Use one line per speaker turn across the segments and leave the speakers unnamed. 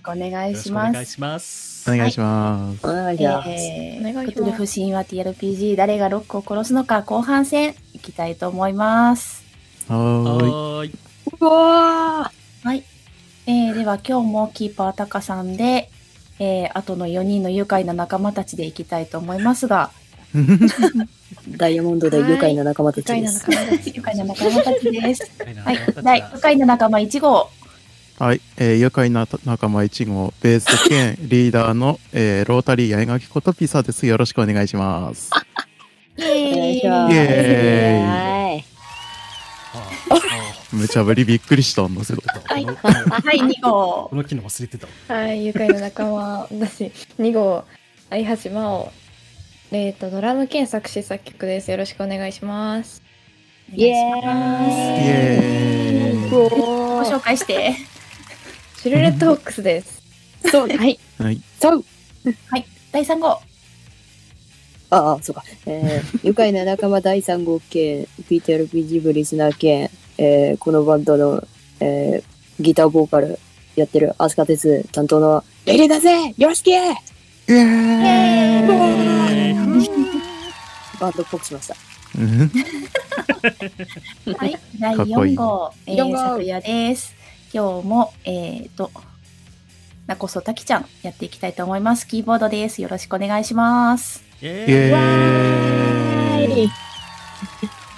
くお願いし
よろしくお
ま
願い
す。
します。
お願いします。
お願いします。
え
お
ー、
願い
ク
します
トゥルフ神話 TRPG 誰がロックを殺すのか後半戦いきたいと思います。
は
はーい。
うわ
はい。えー、では今日もキーパータカさんで、えー、後の4人の愉快な仲間たちでいきたいと思いますが、
ー い。
ーダイヤモンドで愉快な仲間た
愉
ち
快
で
な
す
仲。間です。
愉快な仲間たちです。 はい。第愉
は
快な仲間1号。
はい、えー、愉快な仲間1号、ベース兼リーダーの、えー、ロータリー八重垣ことピサです。よろしくお願いします。
イ
お願い
エ
し
ー
ま
イ
す。
イエ
はい
い。
無茶ぶりびっくりしたんだけど。
はい。この
はい、2号
こ。の機能忘れてた。
はい、愉快な仲間私2号相橋真央えっ、とドラム兼作詞作曲です。よろしくお願いします。
イエ
イ
ーイ
エーイ。
ご紹介して。
シュルレットホックスです。
そうはい
はい、
そう
第3号。
ああそうか、えー、愉快な仲間第3号兼 PTRPG 部リスナー兼、えー、このバンドの、えー、ギターボーカルやってる飛鳥哲担当のレイレイだぜよろしく
イエ
エ
ーイ。
バンドっぽくしました
うん
はい、第
かっこい
4
い
号、え
四
ー、
号
昨夜です。今日も、えっ、と、なこそたきちゃんやっていきたいと思います。キーボードです。よろしくお願いします。
イ
イエ
エーイ。
ーイ。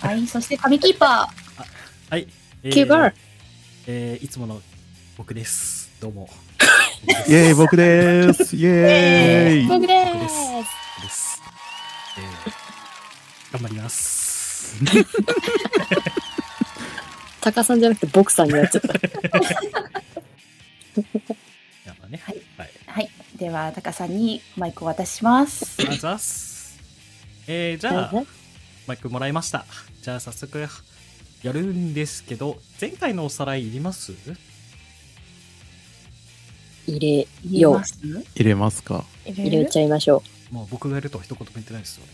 はい、そして紙キーパ
はい。え
キーバー。
えーいつもの僕です。どうも。
イエーイ、僕です。イエーイ。
僕
で
です。えー頑張ります。
タカさんじゃなくてボクさんになっちゃった
やっぱね。
はい。
はい。
ー。はい、では、タカさんにマイクをお渡しします。
あざっす。えー、じゃあ、マイクもらいました。じゃあ早速やるんですけど、前回のおさらいいります
入れ
言え
よう
ます
入れますか。
入
入れちゃいましょ
もう僕がやるとは一言も言ってないですよ、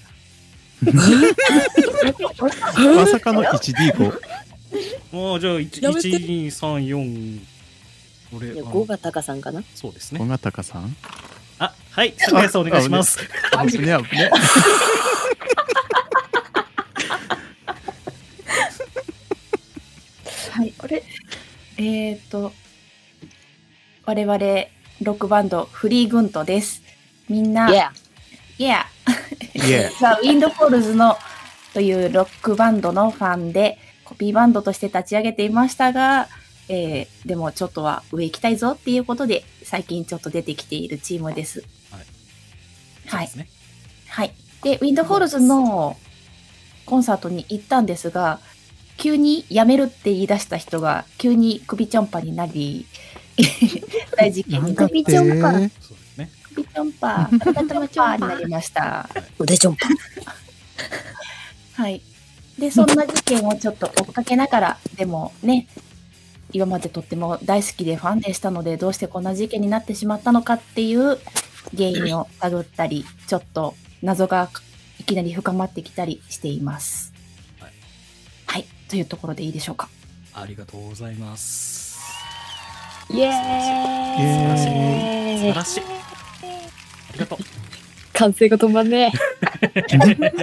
まさかの 1D5。
俺もうじゃあ、1、
やめて
2、3、4、こ
う
れ、
いや
あの
5がタカさんかな
そうです
小
ね。
型かさん。
あ、はい、桜井さんお願いします。
あぶねあぶね。
はい、これ、えっ、と、我々、ロックバンド、フリーグントです。みんな、
いや
イエー
イエ
ザ・ウィンドフォールズのというロックバンドのファンでコピーバンドとして立ち上げていましたが、えーでもちょっとは上行きたいぞっていうことで最近ちょっと出てきているチームです。
はいそ
は
うで
い
す。ね。
はい、でウィンドフォールズのコンサートに行ったんですが急に辞めるって言い出した人が急に首ちょんぱになり 大事
ーイ。
件
な
に
ん
な
だっ
り
て。
そうですね。
首ちょんぱ首ちょんぱになりました。
腕ちょんぱ
はい。で、そんな事件をちょっと追っかけながら、でもね、今までとっても大好きでファンでしたので、どうしてこんな事件になってしまったのかっていう原因を探ったり、ちょっと謎がいきなり深まってきたりしています。
はい
はい。というところでいいでしょうか。
ありがとうございます。
イ
イ
エ
エーイ
素
ー
晴
イ
らしい。ありが とう。
歓声が止まんねえ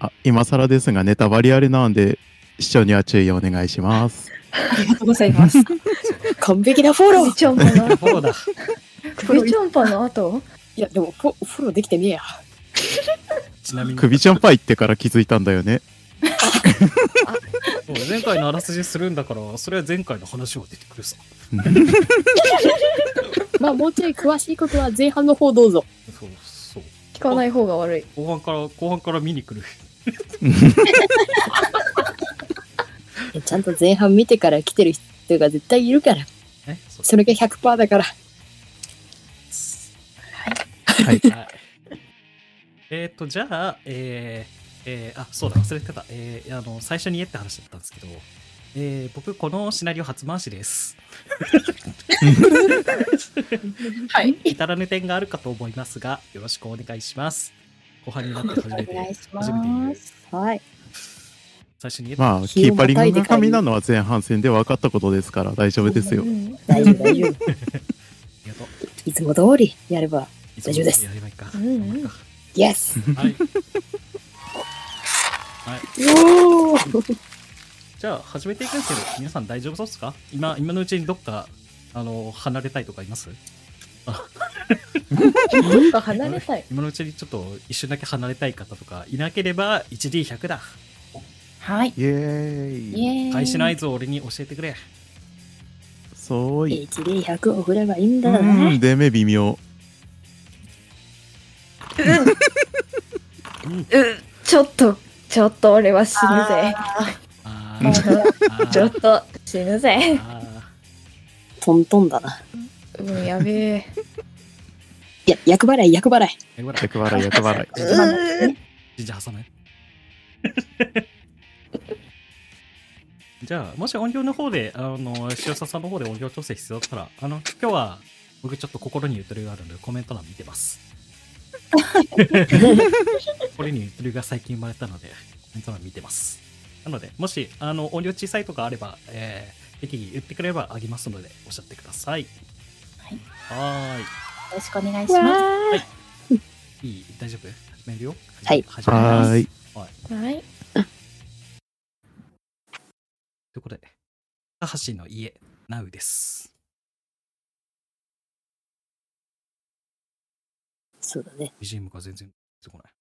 あ、今更ですが、ネタバリあれなんで、視聴には注意をお願いします。
ありがとうございます。
完璧なフォロー
首ちょんぱの
フォローだ。
首ちょんぱの後
いやでもフォフォローできてねえや
ちなみに、
首ちゃんぱいってから気づいたんだよね。
そう前回のあらすじするんだから、それは前回の話は出てくるさ。
まあもうちょい詳しいことは前半の方どうぞ
そうそう。
聞かない方が悪い。
後半から、後半から見に来る。
えちゃんと前半見てから来てる人が絶対いるから
え、そう
それが100%だから
です。
はい。
はい。えーっと、じゃあ、えー、えーあ、そうだ、忘れてた。えー、あの、最初に言えって話だったんですけど、えー、僕、このシナリオ初回し です。
はい。
至らぬ点があるかと思いますが、よろしくお願いします。後半になって初め
お願い
て、
し
初めて言
ま
う
す。
はい
最初に言った、
まあ、キーパリングが神なのは前半戦で分かったことですから大丈夫ですよ
う。ん
大丈夫、大丈夫。
りがとう
いつも通りやれば、
いつも
大丈夫です
やればいいか。
うんうん
やればいいか
イエス
はい。
おー
じゃあ始めていくんですけど、皆さん大丈夫そうですか今、今のうちにどっか、あの、離れたいとかいます
どっか離れたい。
今のうちにちょっと一瞬だけ離れたい方とか、いなければ 1D100 だ。
はい。
イエーイ。
イエーイ
開始の合図を俺に教えてくれ。
そうい。
!HD100 を振ればいいん
う
だな。
ん、出目微妙。
うん、ちょっと、ちょっと俺は死ぬぜ。
あ
うん
ーあー
ちょっと死ぬぜ。
あ
トントンだな。
うん、やべえ。
いや、厄払い、厄払い。
ー。ほら、
役払い、役払い。
うー
神社挟め。 じゃあ、もし音量の方で、あの、塩佐さんの方で音量調整必要だったら、あの、今日は、僕ちょっと心にゆとりがあるので、コメント欄見て ます。心にゆとりが最近生まれたので、コメント欄見てます。なので、もし、あの、音量小さいとかあれば、えー、適宜言ってくれればあげますので、おっしゃってください。
はい。
はーい。
よろしくお願いし
わ
ま
いい大丈夫始めるよ
はい
始めま
は
す。
ーい。
ーはい。
ということで、高橋の家、ナウです。
そうだね。
BGM が全然出てこない。こ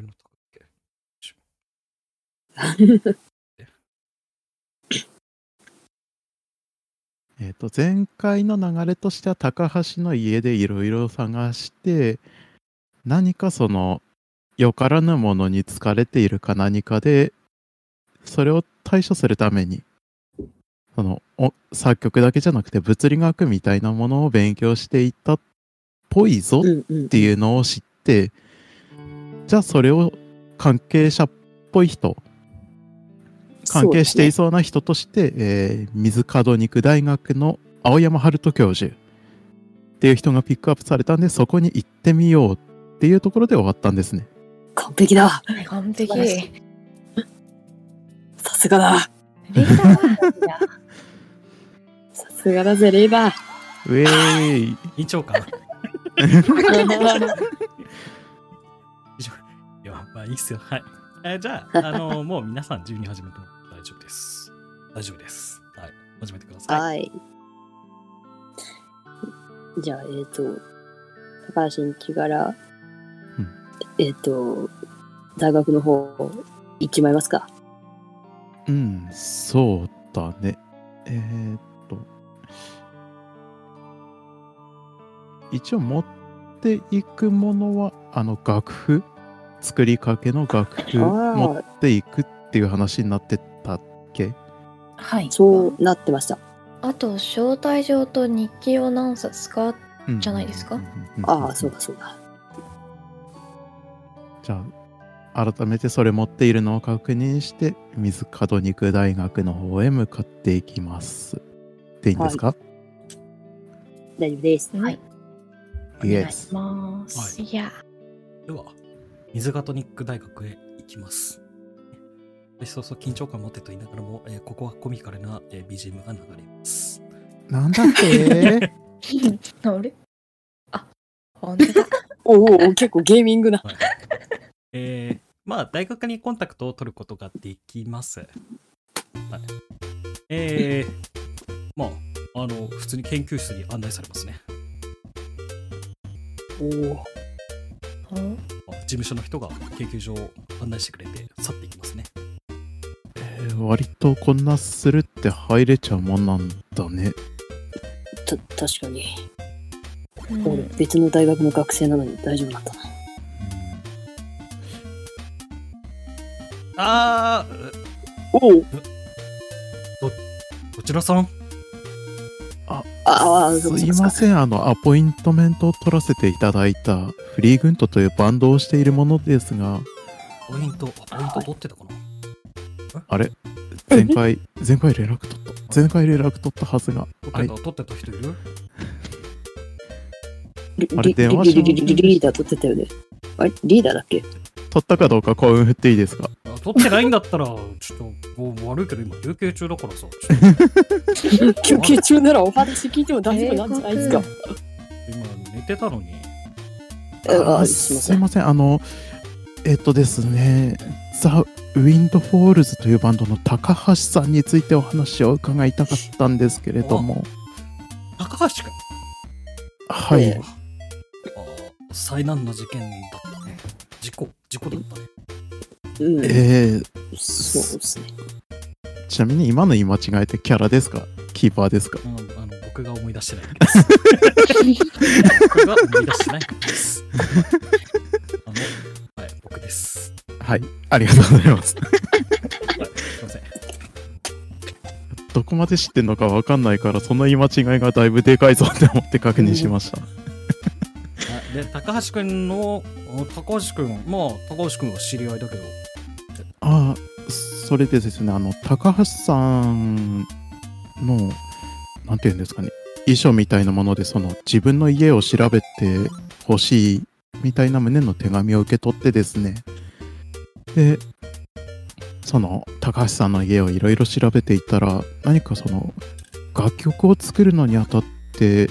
れのとこだっ
えっ、と、前回の流れとしては、高橋の家でいろいろ探して、何かその、よからぬものに疲れているか何かで、それを対処するために、その、お作曲だけじゃなくて、物理学みたいなものを勉強していったっぽいぞ
うんうん
っ。ていうのを知ってじゃあそれを関係者っぽい人関係してい
そ
そうな人として、えー水門肉大学の青山春人教授っていう人がピックアップされたんでそこに行ってみようっていうところで終わったんですね。
うですね完璧だ。
完璧。
素晴ら
リ
し
ー
さすがだ。
ダーは
す。
さすがだぜ、レイバ
ウェー イ
け委員長官
ー。
いや、まあいいっすよ。はい。えーじゃあ、あの、もう皆さん自由に始めても大丈夫です。大丈夫です。はい。始めてください。
はい。じゃあ、えっ、と、高橋んちから、
うん
えっ、と、大学の方行っちまいますか。
うん、そうだね。えーっと。一応持っていくものは、あの、楽譜作りかけの楽譜
あ
持
あ、
っていくっていう話になってたっけ
はい。
そうなってました。
あと、招待状と日記を何冊か。じゃないですか
ああ、そう。だそうだ。
じゃあ、改めてそれ持っているのを確認して、水門肉大学の方へ向かっていきます。でいいんですか、
大丈夫です。
はい。
お願いします。
いや、
では、水ガトニック大学へ行きます。そうそう緊張感持ってと言いながらも、えーここはコミカルな、えー BGM が流れます。
なんだって
あれあ、本当 だ。
おうおうおう、結構ゲーミングな。
はい えー、まあ大学にコンタクトを取ることができます。はい、えー、まああの普通に研究室に案内されますね。
おお、
お
まあ事務所の人が研究所を案内してくれて去っていきますね。
えー 割とこんなするって入れちゃうもんなんだね。
た、確かに。
うん
俺、別の大学の学生なのに大丈夫なんだな。
あーう
おお、
こちらさん
ああ、
す
そう
い
です
ま
か。
せん、あの、アポイントメントを取らせていただいたフリーグントというバンドをしているものですが、
ポイントポイント取ってたかな
前回、前回連絡取った。前回連絡取ったはずが、
取ってた、取ってた人いる
リ
あれ
リ
電話し
リ
な
リリリリリーダー取ってたよね。あれリーダーだっけ
取ったかどうか幸運振っていいですか
あ撮ってないんだったら、ちょっともう悪いけど、今休憩中だからさ、ちょっと
休憩中ならお話聞いても大丈夫なんじゃないですか。
今寝てたのに。
あ
あ
あ、す
す
い
い
ま
ま
せ
せ
ん。
んあのえっとですねザ・ウィンドフォールズというバンドの高橋さんについてお話を伺いたかったんですけれども
高橋君。
はい、
え
ああ、災難の事件だったね。事故、事故だったね。
うん、
えー
そうですね。
ちなみに今の言い間違えてキャラですかキーパーですか
うん、あの僕が思い出してないです。 僕が思い出してないです。あの、はい、僕です。
はいありがとうございます
はい、すいません。
どこまで知ってんのかわかんないからその言い間違いがだいぶでかいぞって思って確認しました
あで、高橋君の、お高橋君、まあ、高橋君は知り合いだけど、
ああそれでですねあの高橋さんのなんていうんですかね衣装みたいなものでその自分の家を調べてほしいみたいな旨の手紙を受け取ってですねでその高橋さんの家をいろいろ調べていたら何かその楽曲を作るのにあたってえっ、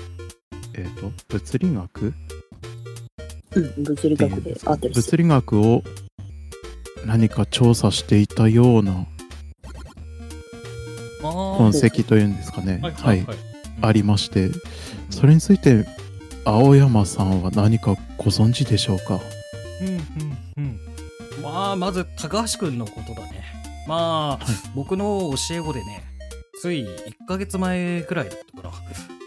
と物理学
うん、物理学で合ってるっす
物理学を何か調査していたような
ああ、
痕跡というんですかね、はい
い。
ありましてそれについて青山さんは何かご存知でしょうか
うんうんうん。まあ、まず高橋くんのことだね。まあ、僕の教え子でね、つい1ヶ月前くらいだったか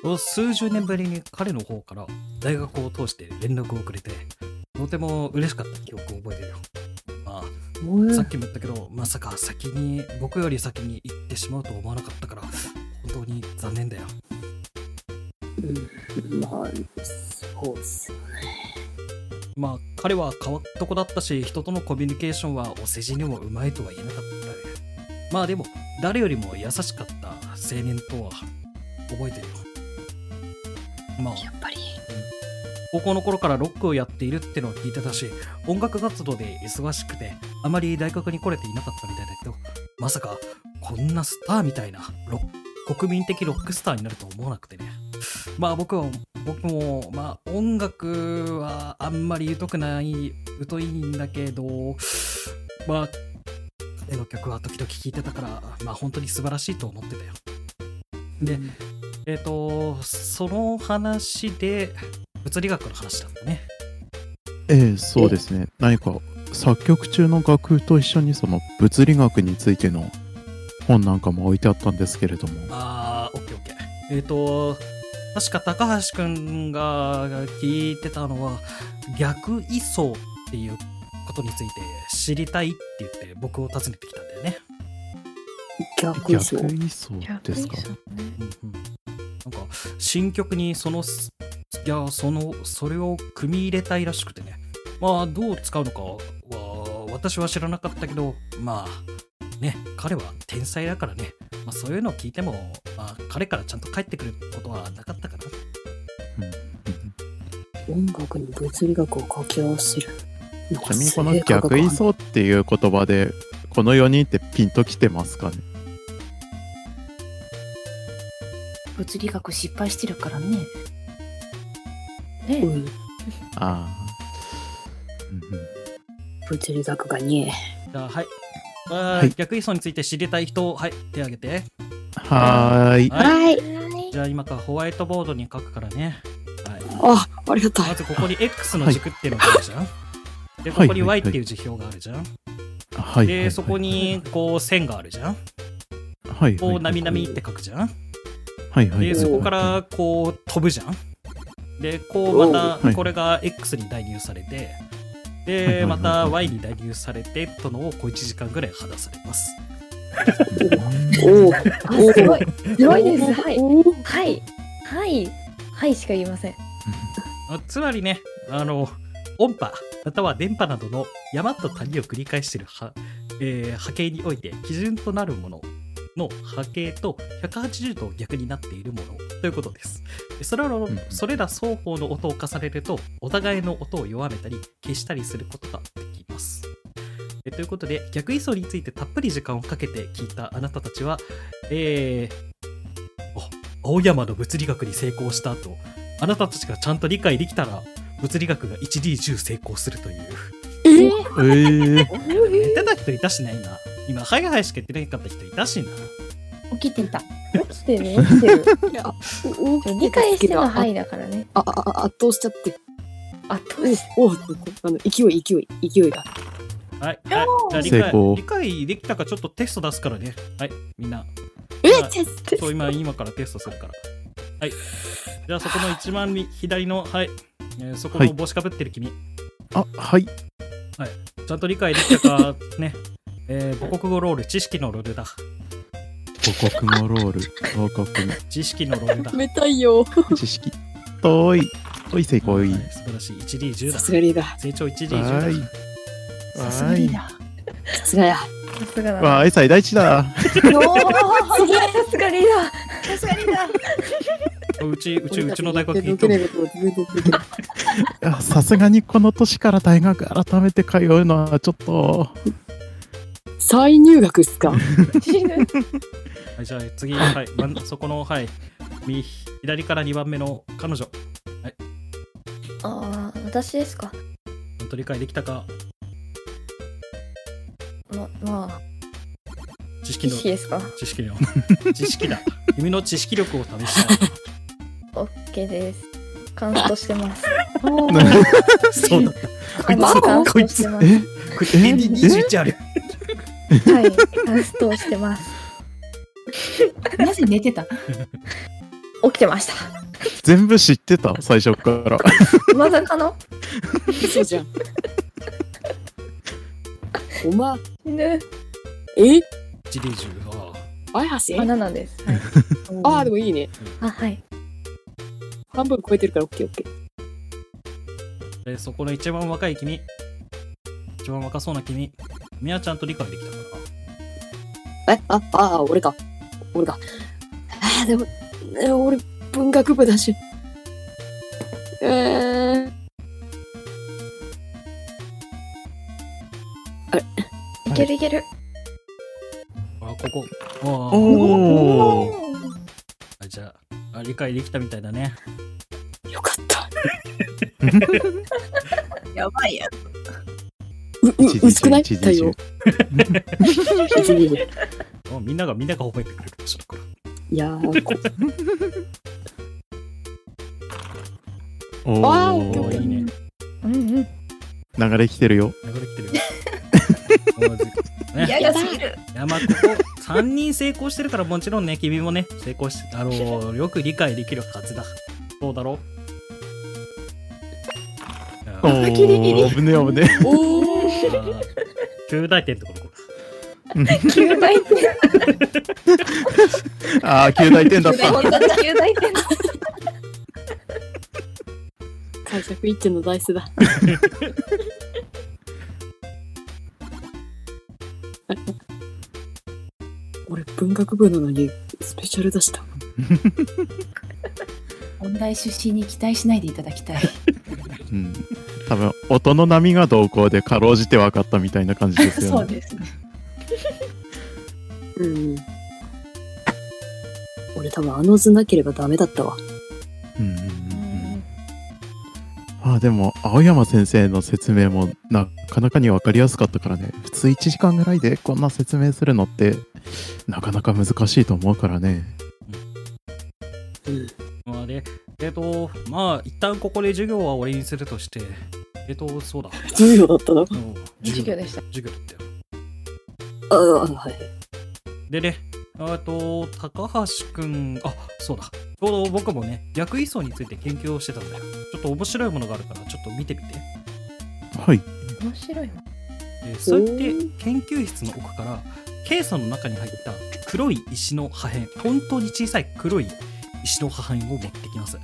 な。数十年ぶりに彼の方から大学を通して連絡をくれて、とても嬉しかった記憶を覚えてるよ。まあ、さっきも言ったけど、まさか先に、僕より先に行ってしまうと思わなかったから、本当に残念だよ。
うんまあ、そうっす。
まあ、彼は変わった子だったし、人とのコミュニケーションはお世辞にもうまいとは言えなかったね。まあでも、誰よりも優しかった青年とは覚えてるよ。まあ、
やっぱり。
高校の頃からロックをやっているってのを聞いてたし、音楽活動で忙しくて、あまり大学に来れていなかったみたいだけど、まさか、こんなスターみたいなロッ、国民的ロックスターになると思わなくてね。まあ僕は、僕も、まあ音楽はあんまり疎くない、疎いんだけど、まあ、彼の曲は時々聴いてたから、まあ本当に素晴らしいと思ってたよ。で、えっ、と、その話で、物理学の話だったね。
ええそうですね何か作曲中の楽譜と一緒にその物理学についての本なんかも置いてあったんですけれども
あー、オッケーオッケー。えっ、と、確か高橋くんが聞いてたのは、逆位相っていうことについて知りたいって言って僕を訪ねてきたんだよね。
逆
逆
そう。
位相ですか
うんうん、なんか、新曲にその、すいや、その、それを組み入れたいらしくてね。まあ、どう使うのかは、私は知らなかったけど、まあ、ね、彼は天才だからね。まあ、そういうのを聞いても、まあ、彼からちゃんと帰ってくることはなかったかな。
うんうん
音楽に物理学を掛け合わせる。ち
ちなみにこの逆位相っていう言葉でこの4人ってピンときてますかね
物理学失敗してるからね。
ね
うん、
ああ、うんうん
物理学がね
じゃあ、はい。あー
はい
逆位相について知りたい人、はい、手挙げて。
はーい。
はい。
はい
じゃあ、今からホワイトボードに書くからね。はい。
あ、ありがた
ま
い。
ずここに X の軸っていうのがあるじゃん。で、ここに
はいはいは
Y
い
っていう辞表があるじゃん。
はい。
で、そこにこう線があるじゃん。
はい、
こう、なみなみって書くじゃん。
はいはいはい。
で、そこからこう飛ぶじゃん。で、こうま
お
た
う
これが X に代入されて、
はいはい
で、
はい
また Y に代入されてとのをこう1時間ぐらい話されます。
おお、
あすごいすごいです
お
はいはいはいはいしか言いません
あつまりね、あの、音波、または電波などの山と谷を繰り返しているは、えー波形において基準となるものの波形と180度逆になっているものということです。それらの
ん
それら双方の音を重ねると、お互いの音を弱めたり消したりすることができます。えということで逆位相についてたっぷり時間をかけて聞いたあなたたちは、えー、あ青山の物理学に成功した後あなたたちがちゃんと理解できたら物理学が 1D10 成功するという
え
え
ー、
寝てた人いたしな今今ハイハイしか言ってなかった人いたしな
起きてた。
起きてる起きてる。 理
理
解しての範
あ
囲だからね。
ああ圧倒しちゃって
あ、どうし
おおあの勢い勢い勢いが
はい、はいじゃあ理
成
解
功
理解できたかちょっとテスト出すからねはいみんな
え
じゃあ
ちょ
て
そう今今からテストするからはいじゃあそこの一番み左のはい、えーそこ
は
の
い
帽子かぶってる君、
あはい
ちゃんと理解できたかねえー母国語ロール知識のロールだ
母国のロール母国の
知識のロ ールだ
冷たいよ
知識遠い遠い成功
はいい素晴らしい 1D10
さ
だ
すがリーダー
成長 1D10 だ
はい
さすがリー
は
ダー。
さすがや
たさすがだ
いわ
な。
あ最大一だ
すげえさすがリーダー。
さすがリーダー。
うちうちうちの大学に行
に
っと
行
る
いやさすがにこの年から大学改めて通うのはちょっと
再入学っすか
死ぬ
はい、じゃあ次、はい、真んそこの、はい、右左から2番目の彼女、ち
ああ、私ですか。
ゃんと理解できたか、
ま、ま
知
あ、
識
意
の、
識ですか。
知識の、 知識だ。君の知識力を試 したい。
オッケーです。カウントして ます。
そうだっ
あのカウン
こい
ト
つ
してます。
え
た。これ、平均21ある。
はい、カウントしてます。
なぜ寝てた
起きてまし
全部知ってた最初から
た。まさかの
そうじゃんお前
死ぬ。
え
1D10 は、
あやせ
あ、7です。はい、
ああでもいいね
あ、はい。
半分超えてるからオッケーオッケー
でそこの一番若い君、一番若そうな君、みやちゃんと理解できたか
えあああ俺か俺かあーでもえ俺文学部だしえー、
いけるいける。
な。あ、ここ。ああ
おお
はいじゃああ、理解できたみたいだね。
よかった
やばいや。
うう薄くない太 陽別にいいね
あみんなが、みんなが覚えてくれる年だから。
いやーこ
お
わー
お
お
ーいいね。
うんうん。
流れ来てるよ
流れてるよ。 まずね
嫌がすぎる。
いやまあこ こ3人成功してるからもちろんね君もね成功してあの ーよく理解できるはずだそうだろう
お
あ
ー危ねえ危ね
おー
ー9大点ってことか
9大点。
えああ9大点だっ
9
た
大点。
解釈一点のダイスだ俺文学部なのにスペシャル出した
音大出身に期待しないでいただきたい。
うん多分音の波が同行でかろうじて分かったみたいな感じです
そ
よ
う
ね
ですね。
うん俺多分あの図なければダメだったわ
うんうんうんうんああでも青山先生の説明もなかなかに分かりやすかったからね普通1時間ぐらいでこんな説明するのってなかなか難しいと思うからね
うん
まあでえっ、とまあ一旦ここで授業は終わりにするとしてえっ、とそうだ
重要だったな
も う
授業でした。
授業だったよ
ああはい
でね、あと、高橋くん、あ、そうだ。ちょうど僕もね、逆位相について研究をしてたんだよ。ちょっと面白いものがあるから、ちょっと見てみて。
はい
面白いわ。
えーそうやって、研究室の奥から、ケイ素の中に入った黒い石の破片、本当に小さい黒い石の破片を持ってきます。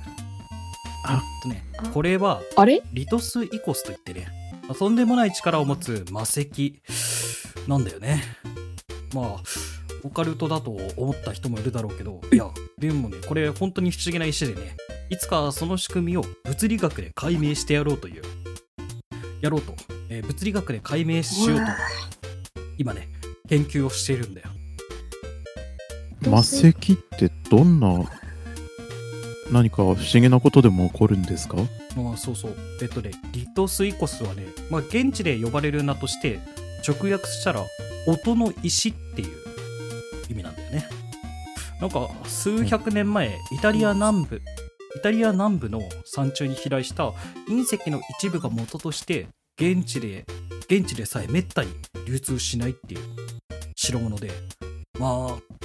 あ
あ
とね、これは、
あれ
リトスイコスといってね、まあとんでもない力を持つ魔石なんだよね。まあ、オカルトだと思った人もいるだろうけど、いや、でもね、これ本当に不思議な石でね、いつかその仕組みを物理学で解明してやろうという、やろうとえー物理学で解明しようと今ね研究をしているんだよ
魔石ってどんな何か不思議なことでも起こるんですか
ああそうそうえっとねリトスイコスはね、まあ、現地で呼ばれる名として直訳したら音の石っていう意味なんだよねなんか数百年前イタリア南部イタリア南部の山中に飛来した隕石の一部が元として現地で現地でさえ滅多に流通しないっていう代物でまあ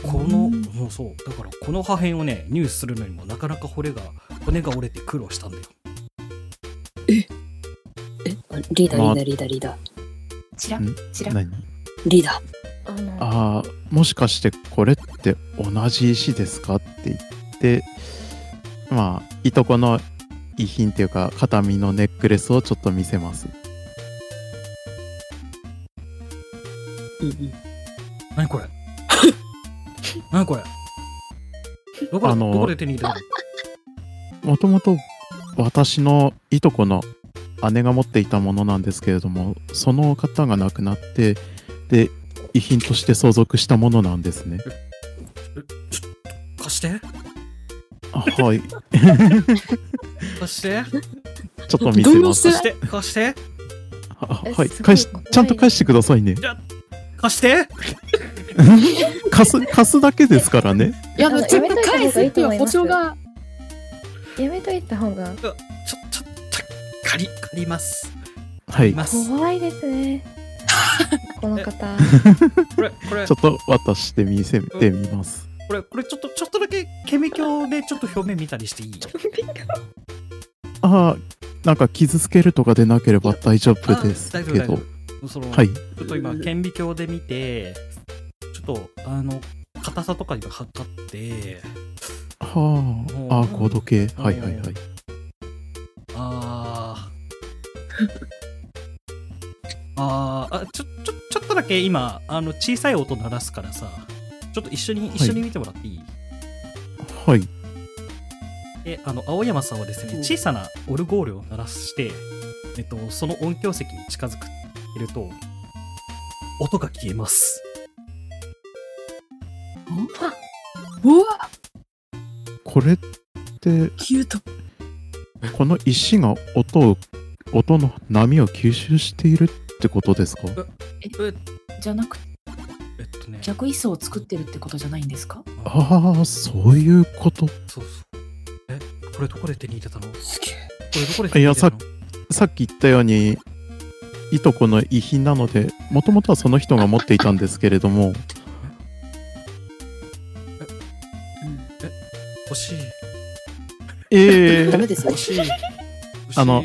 この
うん
もうそうだからこの破片をね入手するのにもなかなか骨が骨が折れて苦労したんだよ
あリーダ
まあ
ー、リーダー、リーダー、
ちら
ん
ちら
何
リーダー。
あの
あーもしかしてこれって同じ石ですかって言ってまあいとこの遺品っていうか形見のネックレスをちょっと見せます
うんうん。
何 これ何これどこで
あの
どこで手に入れたの
もともと私のいとこの姉が持っていたものなんですけれどもその方が亡くなってで遺品として相続したものなんですね
貸して
あはいちょ
貸して
っと見せます
ど
貸
う
して 貸して
あ
え
はい
すごい
返し
怖い
ちゃんと返してくださいね
貸して
貸す貸すだけですからね
いやあのちょっとやめといた方がいいと思います返すっていう保証
が。
やめといた方が
ちょちょちょ借り借ります
は
借
い
ります
怖いですねこの方
これこれ
ちょっと渡して見せてみます
これこれちょっとちょっとだけ顕微鏡でちょっと表面見たりしていい
ああなんか傷つけるとかでなければ大丈夫です
あ大丈夫
け
大丈
ど
夫その、
はい
ちょっと今顕微鏡で見てちょっとあの硬さとか今測って
はあああ高度計
うん
はいはいはい
あー あーあちょちょちょっとだけ今あの小さい音鳴らすからさちょっと一緒に一緒に見てもらっていい、
はい
であの青山さんはですね
うん
小さなオルゴールを鳴らして、えっと、その音響席に近づくいると音が消えます
うわ、
これって
キュート。
この石が音を音の波を吸収しているってことですか
え
じゃなく
えっとね
逆位相を作ってるってことじゃないんですか
ああそういうこと
そうそうえこれどこで手に入れたのこ
すげえ。
れどこで手に入れたの
さっき言ったようにいとこの遺品なのでもともとはその人が持っていたんですけれども
欲しい
ええ
ダメですよ
欲。しい欲しい
あの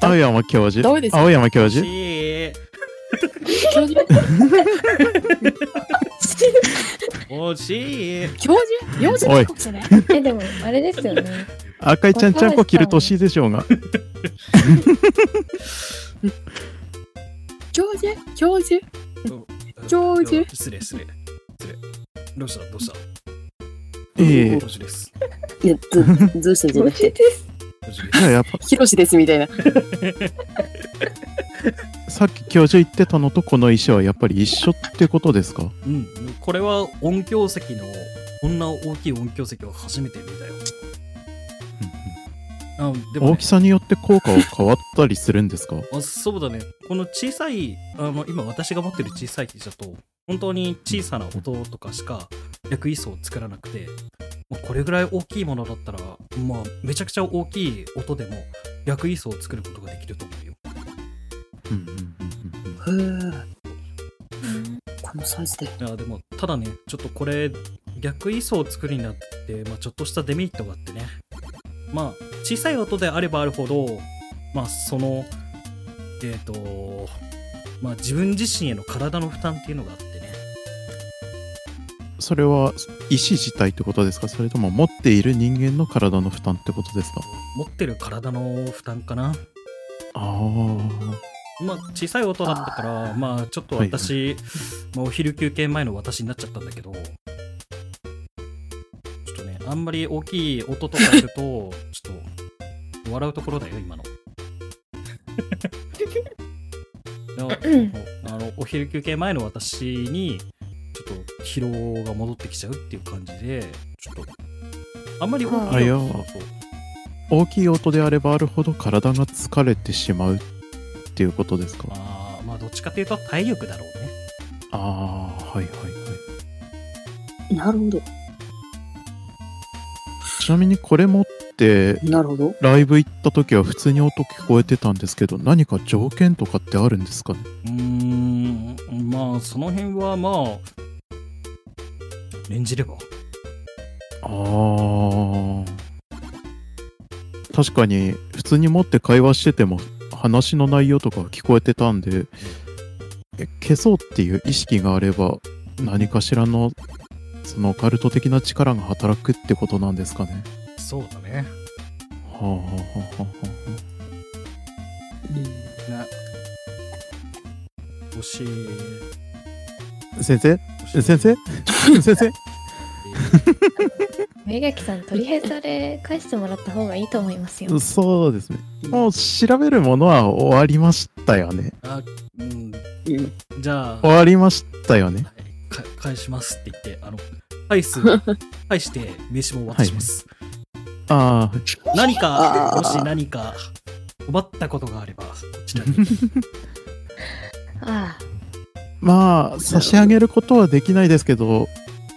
青山教授
ダメですよ。
青山教
欲
授
しい
教授、
欲しい
教授、幼児
おい
かもしれない。
えでもあれですよね
赤いちゃんちゃんこ着る年でし ょうが
教授、教授。教授
失礼失礼失礼どうしたどうした
ええ
教授です
いや、ど、どうしたんじゃなくて、
教授
いや
で
やっぱ
ヒロシですみたいな。
さっき教授言ってたのとこの石はやっぱり一緒ってことですか
すうんこれは音響席のこんな大きい音響席を初めて見たよあでも、
大
ね
き、さによって効果は変わったりするんですか
あそうだねこの小さいあの今私が持ってる小さい機種だと本当に小さな音とかしか逆位相を作らなくてまあこれぐらい大きいものだったら、まあ、めちゃくちゃ大きい音でも逆位相を作ることができると思うよ。
うんうんうんうんうん
へえ、このサイズで。
いやでもただねちょっとこれ逆位相を作るになって、まあ、ちょっとしたデメリットがあってねまあ小さい音であればあるほどまあそのえっ、とまあ自分自身への体の負担っていうのがあってね
それは石自体ってことですかそれとも持っている人間の体の負担ってことですか
持ってる体の負担かな
あ
まあ小さい音だったからまあちょっと私、まあ、お昼休憩前の私になっちゃったんだけどちょっとねあんまり大きい音と かするとちょっと笑うところだよ今ののあのお昼休憩前の私にちょっと疲労が戻ってきちゃうっていう感じでちょっとあんまり大きい音
あいや
そうそう
大きい音であればあるほど体が疲れてしまうっていうことですか
まあまあどっちかというと体力だろうね
ああはいはいはい
なるほど。
ちなみにこれ持って
なるほど。
ライブ行った時は普通に音聞こえてたんですけど何か条件とかってあるんですかね
うーんまあその辺はまあ念じれば
あー確かに普通に持って会話してても話の内容とかは聞こえてたんでえ消そうっていう意識があれば何かしらのそのオカルト的な力が働くってことなんですかね
そうだね
はあはあはあはあはあ
ね欲しい
先生
欲しい
先生 先生
梅垣さん、とりあえずあれ、返してもらった方がいいと思いますよ。
そうですねもう調べるものは終わりましたよね
あうん
うん。
じゃあ
終わりましたよね
はいか返しますって言って、あの、返す、返して名刺も渡します。
あ
何か
あ、ー
もし何か困ったことがあれば、こちらに。
あ
あまあ差し上げることはできないですけど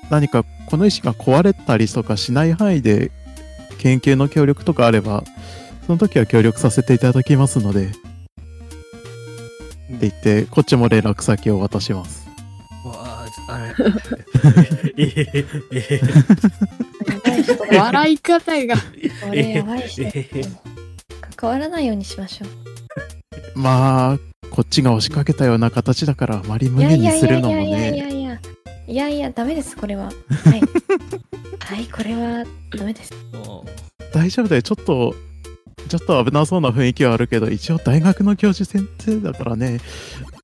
何かこの石が壊れたりとかしない範囲で研究の協力とかあればその時は協力させていただきますのでって言ってこっちも連絡先を渡します
わあ、あれ。えへへえへへ
あ、やばい人だ。
笑い方が。
これやばい人
え
だ
へへ。
関わらないようにしましょう。
まあこっちが押しかけたような形だからあまり無
いや
限
い
に
やい
す
や
る
い
の
や
も
いやい
ね
やいや。いやいや、ダメです、これは。はい。はい、これはダメです。
も
大丈夫だよちょっとちょっと危なそうな雰囲気はあるけど一応大学の教授先生だからね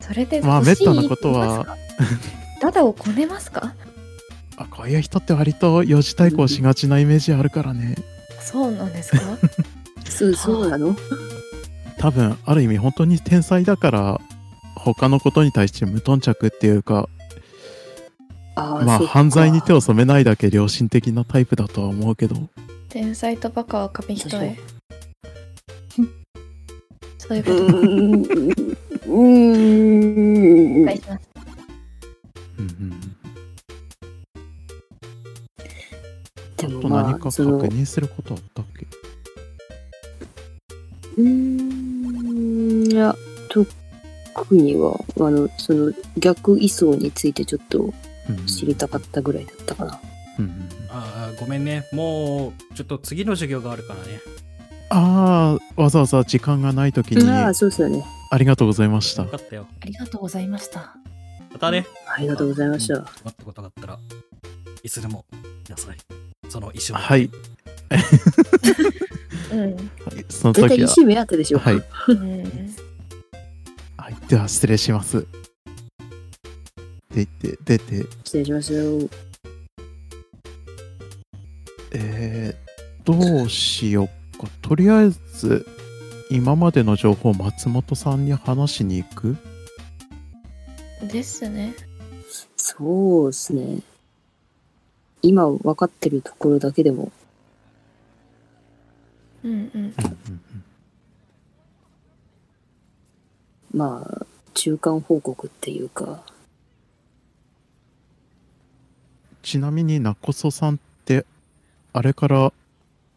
それで、
まあ
欲しい
滅多なことは
言いますか。ダダをこねますか
あこういう人って割と四次対抗しがちなイメージあるからね
そうなんですか
そう、そうなの
多分ある意味本当に天才だから他のことに対して無頓着っていうか
あ
ま
あ、そ
あ
っか
犯罪に手を染めないだけ良心的なタイプだとは思うけど
天才とバカは紙一重。そういう
う
ことで
ーん。う
お
ー
願
ん。
いします。
うん
で
う
も
ん、
まあ
何か確
その
認することあったっけ
うーんいや特にはあのその逆位相についてちょっと
うん
知りたかったぐらいだったかな。
うんうん
うあーごめんね。もう、ちょっと次の授業があるからね。
ああわざわざ時間がない時に
ああ
あ
そうですよね。
りがとうございました
よかったよ。
ありがとうございました。
またね。
ありがとうございまし
うん
た。
困ったことがあったら、いつでも、いなさい。その衣装。
はい
うん。
その
絶対
時は
石目当てでしょ。
はい、
うん
はい、では失礼しますって言って出て
失礼しますよ。
えー、どうしようか。とりあえず、今までの情報を松本さんに話しに行く
ですね。
そうですね。今分かってるところだけでも。
うんうん。
まあ中間報告っていうか
ちなみに、なこそさんって、あれから、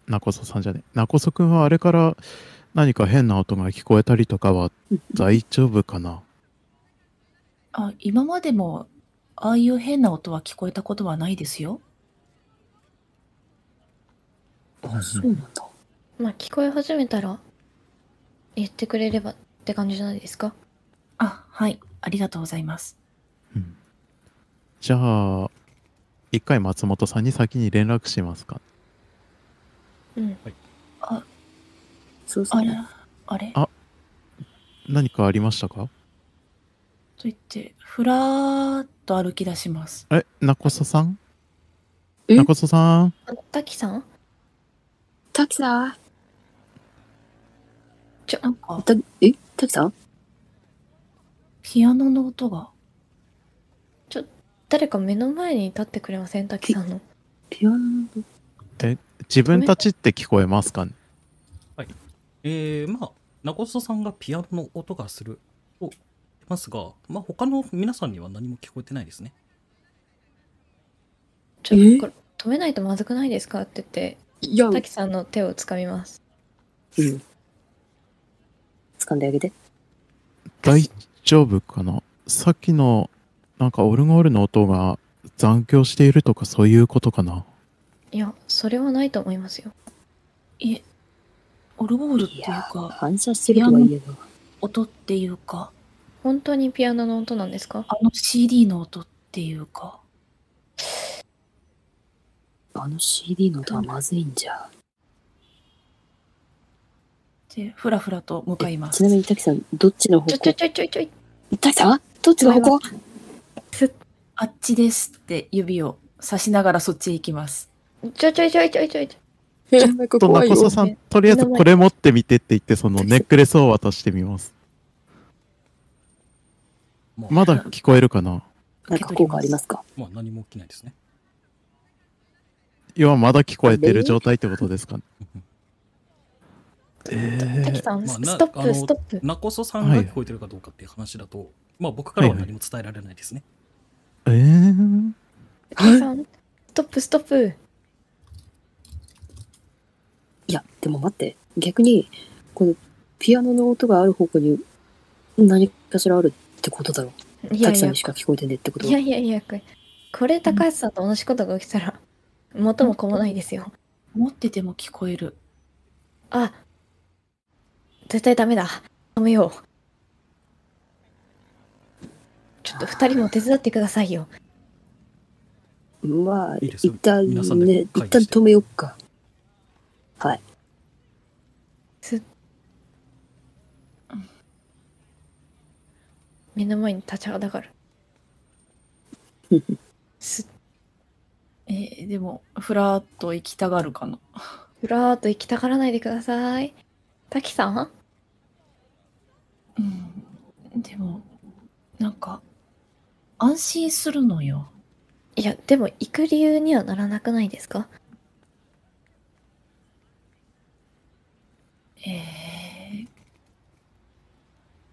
なこそさんじゃねえ、なこそくんはあれから何か変な音が聞こえたりとかは大丈夫かな
あ、今までも、ああいう変な音は聞こえたことはないですよ。
そうなんだ
まあ、聞こえ始めたら、言ってくれればって感じじゃないですか。
あ、はい。ありがとうございます。
じゃあ、一回松本さんに先に連絡しますか。
うん。
そうです
あれ
ね。
あれ
あ何かありましたか
と言って、ふらーっと歩き出します。
え、なこそさん
え
なこそさん
あ滝さん
滝さん、
なんか、
たえ滝さん
ピアノの音が。
誰か目の前に立ってくれません滝さんの
ピアノ
自分たちって聞こえますかね
えー、まあ、ナゴソさんがピアノの音がすると言ってますが、まあ、他の皆さんには何も聞こえてないですね。
ちょ
え
これ止めないとまずくないですかって言って
いや、
滝さんの手を掴みます
うん。掴んであげて。
大丈夫かなさっきのなんかオルゴールの音が残響しているとかそういうことかない
やそれはないと思いますよ
いえ、オルゴールっていう
いや
か、
反射してるとはいえな。
音っていうか、
本当にピアノの音なんですか
あの CD の音っていうか、
あの CD の音はまずいんじゃ。
で、ふらふらと向かいま
ち
す
な。みに、滝さん、どっちの方
ちょち
向
ょちょちょちょい
滝さんどっちの方向
あっちですって指を差しながらそっちへ行きます。
ちょちょいちょいちょいちょいちょい
えー、なんか
と
怖
ナ
い
コソ
よ。
さんとりあえずこれ持ってみてって言ってそのネックレスを渡してみます
もう、
まだ聞こえるかな
なんか効果ありますか
まあ、何も起きないですね。
要はまだ聞こえてる状態ってことですかね
滝さん、
まあな
ストッ
あの
プストップ
ナコソさんが聞こえてるかどうかっていう話だと、まあ、僕からは何も伝えられないですね。
えー、
滝さんストップストップ
いや、でも待って。逆に、このピアノの音がある方向に何かしらあるってことだろ。
いうや
滝
い
さん
や
にしか聞こえてねえってこと
いやいやいやこれこれ高橋さんと同じことが起きたら元も子もないですよ
持ってても聞こえる。
あ絶対ダメだ止めようちょっと二人も手伝ってくださいよ
まあ、
いいです
一旦
皆さん
ね、
で
一
会議して
旦止めよっか。
目の前に立ちはだかる
うん
す
えーでも、ふらっと行きたがるかな。
ふらーっと行きたがらないでください滝さん
うん。でも、なんか、安心するのよ。
いやでも行く理由にはならなくないですか
え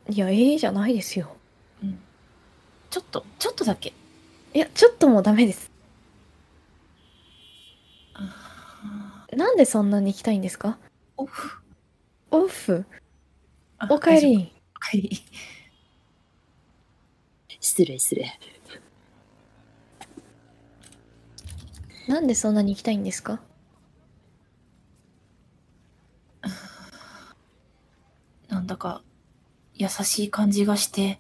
ー
いやええじゃないですよ
ちょっと、ちょっとだけ。
いやちょっともうダメですなんでそんなに行きたいんですか
オフ。
オフ
あ
おかえ。
大丈夫
り
おかえり。
失礼失礼。
なんでそんなに行きたいんですか
なんだか、優しい感じがして、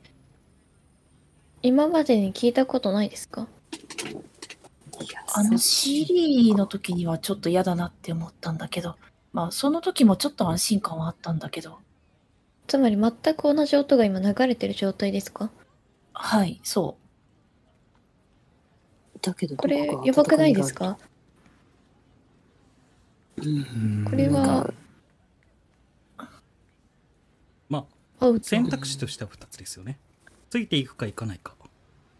今までに聞いたことないですか
いや
あの CD の時にはちょっと嫌だなって思ったんだけど、まあ、その時もちょっと安心感はあったんだけど、
つまり全く同じ音が今流れてる状態ですか
はい、そ
だけどど
これ
こか
やばくないですか
うん
これ
なん
は
か
まあ、
アウト
選択肢としては2つですよね。ついていくかいかないか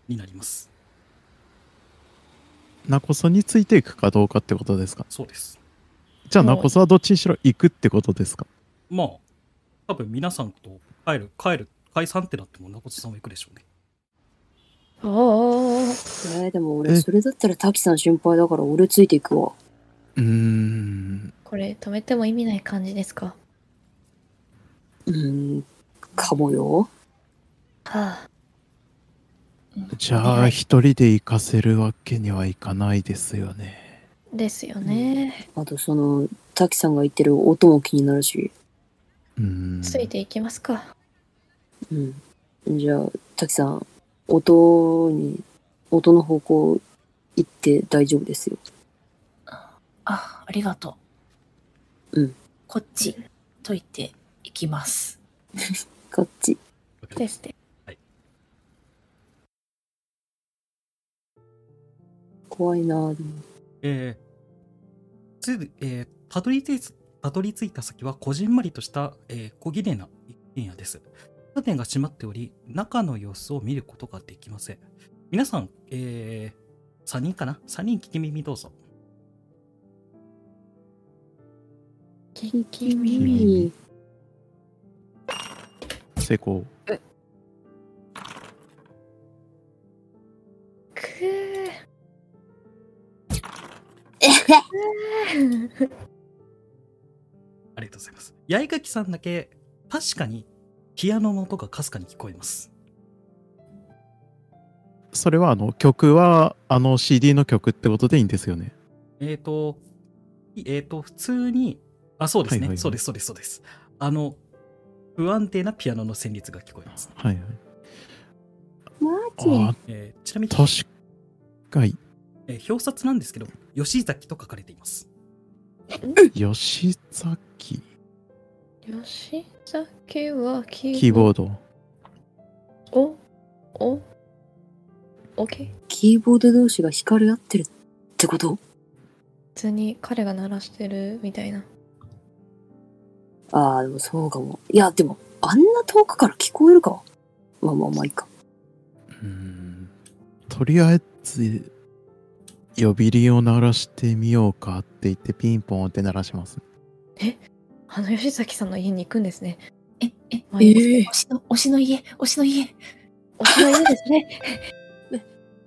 になります。
ナコソについていくかどうかってことですか
そうです。
じゃあ
もう
ナコソはどっちにしろ行くってことですか
まあ、多分皆さんと帰る、帰る、解散ってなっても、ナコソさんは行くでしょうね。
ああ
えーでも
え
俺それだったら滝さん心配だから俺ついていくわ
うーん
これ止めても意味ない感じですか
うーんかもよ
はあ
う。うん
じゃあ一人で行かせるわけにはいかないですよね
ですよね、
あとその滝さんが言ってる音も気になるし
うーん
ついていきますか
うんじゃあ滝さん音に音の方向行って大丈夫ですよ
あ、ありがとう。
うん。
こっち、と言っていきます。
こっち
ですって
怖いなぁでも
えーついえーたどり着いたたどり着いた先はこじんまりとした、えー小綺麗な一軒家です。カーテンが閉まっており、中の様子を見ることができません。皆さん、えー、3人かな ?3 人聞き耳どうぞ。
聞き
うん
成功。
く ー
え
ありがとうございます。八重垣さんだけ、確かに、ピアノの音がかすかに聞こえます。
それはあの曲はあの CD の曲ってことでいいんですよね。
えっ、と、いえっ、と、普通に、あ、そうですね、
はいはいはい
そうです、そうです、そうです。あの、不安定なピアノの旋律が聞こえます。
はいはい。
マ
あ
えーちなみに
あ、、確かに。
えー表札なんですけど、吉崎と書かれています。
吉崎
吉崎はキ
キーボード。
おおオッケー
キーボード同士が光り合ってるってこと
普通に彼が鳴らしてるみたいな
ああ、でもそうかも。いや、でも、あんな遠くから聞こえるか。まあまあまあいいか。
うんとりあえず呼び鈴を鳴らしてみようかって言ってピンポンって鳴らします。
あの吉崎さんの家に行くんですね
え、え、
まあいいです
ええ
推しの、推しの家、推しの家、
おしまいです ね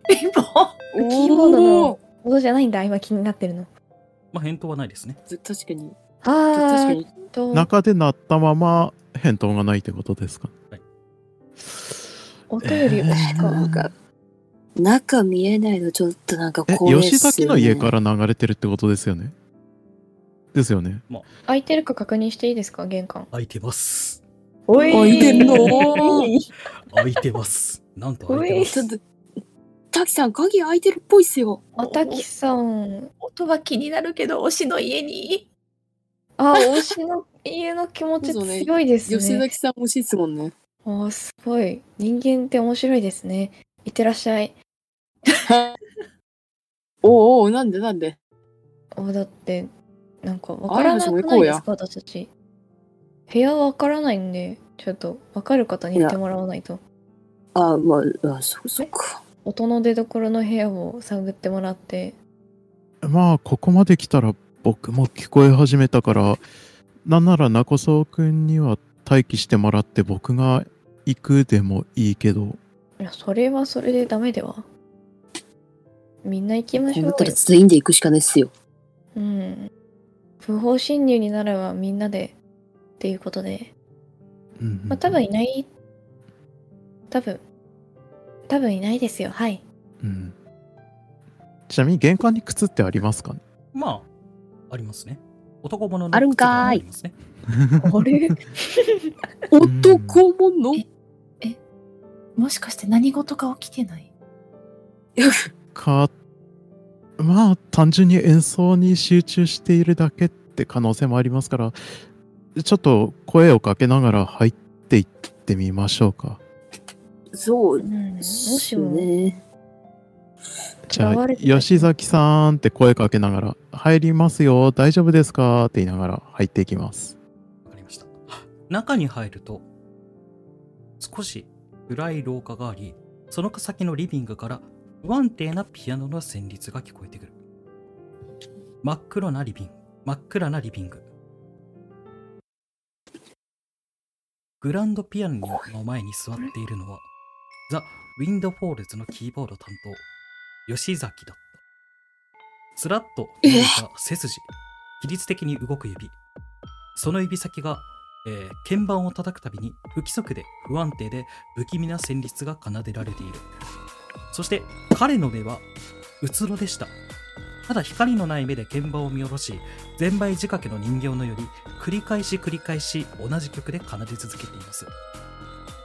ピンポン
キーボードの音じゃないんだ今気になってるの
まあ、返答はないですね。
確かに。確
あ
か
ーっ
に。
と
中で鳴ったまま返答がないってことですか
音より推し
えー
か
なんか、中見えないのちょっとなんか
え、
怖いっすよね
吉崎の家から流れてるってことですよねですよね。
開いてるか確認していいですか玄関
開いてます。
おい
開いてん の
開いてます。なんと開い
ちょ
てま
っ
す。
と、タキさん、鍵開いてるっぽいっすよ。
あたきさん
音は気になるけど、推しの家に。
あ推しの家の気持ち
そうね
強いです
吉
ね
崎さん欲しいっすもんね。
あーすごい人間って面白いですねいってらっしゃい
おうおう、なんでなんで。
あだってなんかわからなく
あ
ない
いいですね行こう
で
や
すか私たち部屋わからないんでちょっとわかる方に言ってもらわないと
あまあ、あそ、そっか。
音の出所の部屋を探ってもらって
まあ、ここまで来たら僕も聞こえ始めたから、なんなら中曽くんには待機してもらって僕が行くでもいいけど、
いやそれはそれでダメではみんな行きましょう
思
よ
ったら全員で行くしかないっすよ。
うん不法侵入になればみんなでっていうことで
うん
まあ多分いない多分多分いないですよ はい
うんちなみに玄関に靴ってありますかね
まあ、ありますね。男物の
あるんかーい
靴ともありますね。
あれ
ん
男もの
えもしかして何事か起きてない
か、まあ単純に演奏に集中しているだけって可能性もありますから、ちょっと声をかけながら入っていってみましょうか。
そうう。
んもしも
ね。
じゃ
現
あ、
れてた
吉崎さんって声かけながら、入りますよ、大丈夫ですかって言いながら入っていきます。
わかりました。中に入ると、少し暗い廊下があり、その先のリビングから不安定なピアノの旋律が聞こえてくる。真っ黒なリビング、真っ暗なリビング。グランドピアノの前に座っているのは、ザ・ウィンドフォールズのキーボード担当、吉崎だった。つらっと伸びた背筋、規律的に動く指、その指先が、えー鍵盤を叩くたびに不規則で不安定で不気味な旋律が奏でられているそして彼の目はうつろでしたただ光のない目で鍵盤を見下ろしゼンマイ仕掛けの人形のより繰り返し繰り返し同じ曲で奏で続けています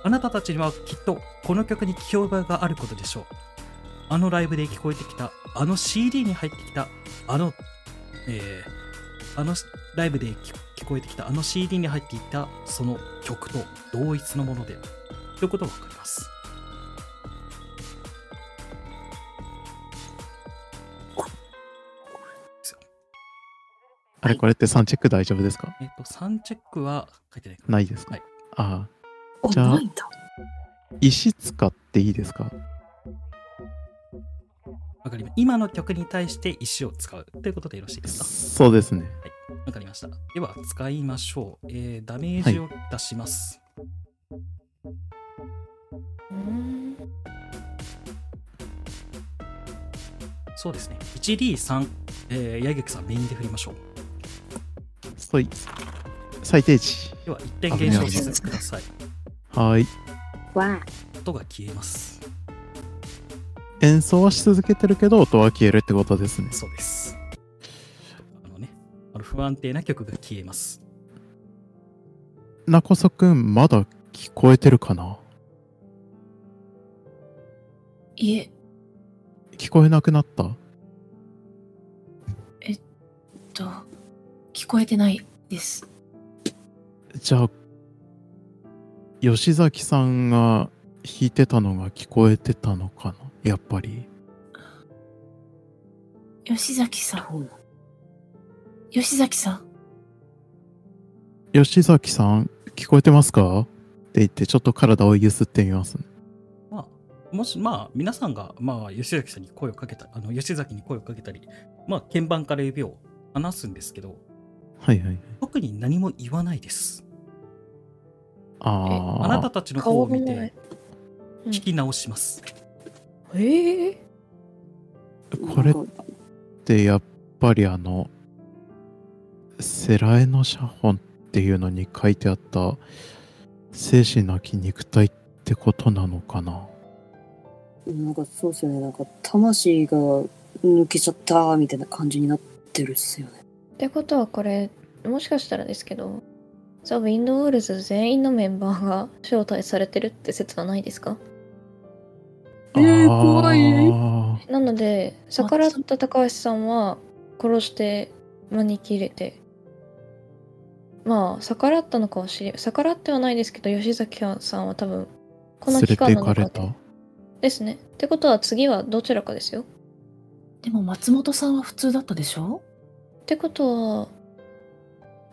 あなたたちにはきっとこの曲に聞き覚えがあることでしょうあのライブで聞こえてきたあの CD に入ってきたあのえーあのライブで聞聞こえてきたあの CD に入っていたその曲と同一のものであるということがわかります
あれ、これって3チェック大丈夫ですか
えっ、と3チェックは書いてないか
ないですか、
はい
ああ。
あ、
じゃあ
ないんだ。
石使っていいですか
わかりま今の曲に対して石を使うということでよろしいですか
そうですね。
わかりました。では、使いましょう。えーダメージを出します。
うん
そうですね。1D3、えー、矢口さん、メインで振りましょう。
そい最低値。
では、1点減少させてください。
はい。
わ
音が消えます。
演奏はし続けてるけど、音は消えるってことですね。
そうです。あのね、あの不安定な曲が消えます。
なこそくん、まだ聞こえてるかない
え、
聞こえなくなった
と、聞こえてないです。
じゃあ、吉崎さんが弾いてたのが聞こえてたのかなやっぱり。
吉崎さん、
どうな
吉崎さん、
吉崎さん、聞こえてますかって言って、ちょっと体を揺すってみます、ね。
まあ、もし、まあ、皆さんが、まあ、吉崎さんに声をかけたあの、吉崎に声をかけたり、まあ、鍵盤から指を離すんですけど、
はいはい。
特に何も言わないです。
ああ。
あなたたちの方を見
顔がな
て
い、う
聞
ん
き直します。
ええ
これってやっぱりあの、セラエの写本っていうのに書いてあった、精神なき肉体ってことなのかな
なんかそうっすよね。なんか魂が抜けちゃったみたいな感じになってるっすよね。
ってことはこれもしかしたらですけどザ・ウィンドウールズ全員のメンバーが招待されてるって説はないですか
えー怖い
あ
なので逆らった高橋さんは殺して招き入れてまあ逆らったのかは知り逆らってはないですけど吉崎さんは多分この
ー
期
連れて
間
行
の
か
中
れ
で
た。
ですねってことは次はどちらかですよ
でも松本さんは普通だったでしょ
ってことは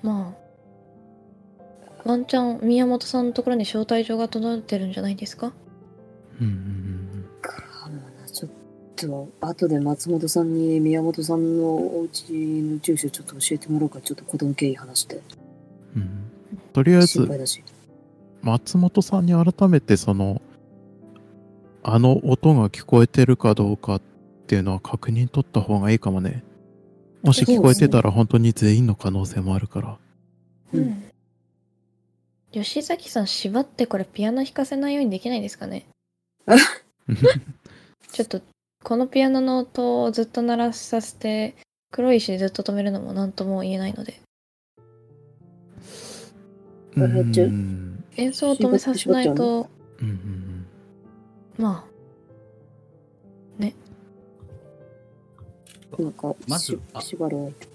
まあワンチャン宮本さんのところに招待状が届いてるんじゃないですか
うんうんうん
かもなちょっと後で松本さんに宮本さんのお家の住所ちょっと教えてもらおうかちょっと子供経緯話して
うんうんとりあえ
心
ず
配だし
松本さんに改めてそのあの音が聞こえてるかどうかっていうのは確認取った方がいいかもねもし聞こえてたら本当に全員の可能性もあるから
うん
吉崎さん縛ってこれピアノ弾かせないようにできないですかねちょっとこのピアノの音をずっと鳴らさせて黒い石でずっと止めるのも何とも言えないので
う
れ
んう
は
ん
ちょ
演奏を止めさせないと
うんうん
ま
なんか
まず
し
あ
縛るわけ
い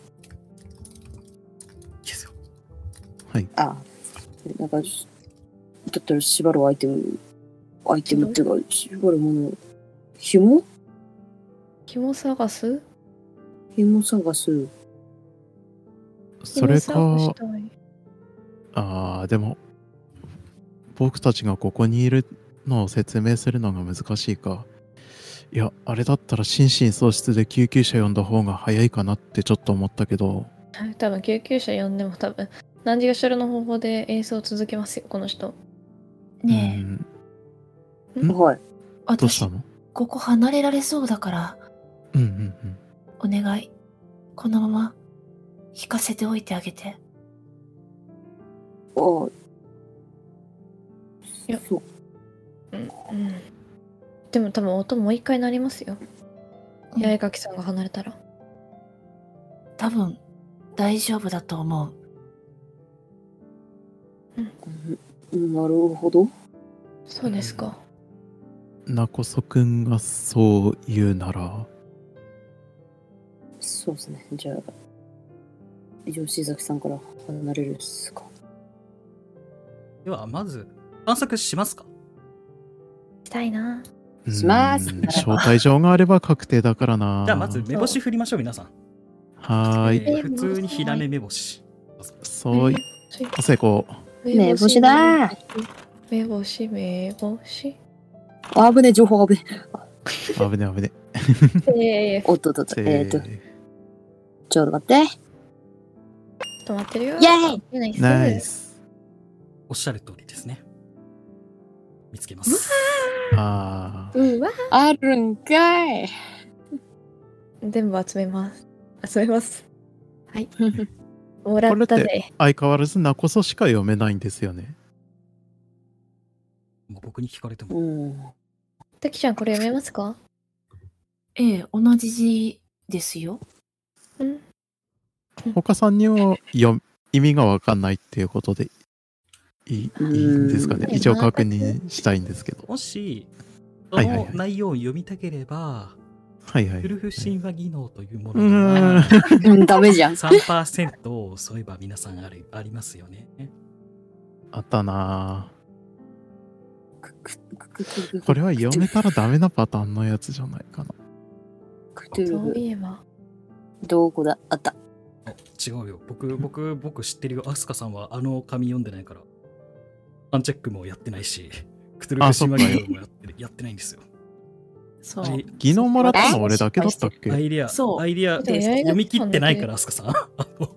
いですよ
あなんかしだったら縛るアイテムアイテムっていうか縛るもの紐
あ紐探す
紐探す
それ
紐
か
探したい
あーでも僕たちがここにいるのを説明するのが難しいかいやあれだったら心神喪失で救急車呼んだ方が早いかなってちょっと思ったけど
多分救急車呼んでも多分何時がしろの方法で演奏を続けますよこの人
う
ねえ、
ん
はい
どう
私
した、の
ここ離れられそうだから、
うんうんうん
お願い。このまま、弾かせておいてあげて。
ああ
いや
そう
うんでも多分音もう一回鳴りますよ
うん
八重垣さんが離れたら
多分、大丈夫だと思う。
うんなるほど
そうですか、
なこそくんがそう言うなら、
そうですねじゃあ吉崎さんから離れるっすか
では、まず、探索しますか
したいな
うん
します
招待状があれば確定だからな。
じゃあ、まず、目星振りましょう、皆さん。
はーい、
えー普通にヒラメ目星。
そうい、
そう
成功。
い
ねえ星だ
目星、目星。
あぶね、情報あぶね。
危ね危ね。
ええ、ちょ
おっとっとっと、
せ
えっと、
ー
ちょっと待って。
っと待ってるよ。
イェイ
ナイス。
ナイス。
おっしゃる通りですね。見つけます。
ああ。
うわ。
あるんかい。
全部集めます。集めます。 はい。もらった
こ
ぜ。
相変わらずなこそしか読めないんですよね。
もう僕に聞かれても。
うん。
たきちゃん、これ読めますか
ええ、同じ字ですよ。
うん。
他さんにも読意味がわかんないっていうことでいいいいんですかね
う。ん
一応確認したいんですけど。
もし、そ
はいはいはい
の内容を読みたければ、
はいはい。
ウルフ
う
神話技能というも
ーん
のが
うんダメじゃん。
3%そういえば皆さんあるありますよね。
あったなぁこ
こ
れは読めたらダメなパターンのやつじゃないかな。
そういえば。
どこだあった。
あ違うよ。僕、僕、僕知ってるよ。アスカさんはあの紙読んでないから。アンチェックもやってないし、クトゥル
あ
フ
そっ
神
か
話技能もやってるやってないんですよ。
そう。
あれ
技能もらったの俺だけだったっけ
アイデア、
そう
アイデア、
で
読み切ってないから、アスカさん。あの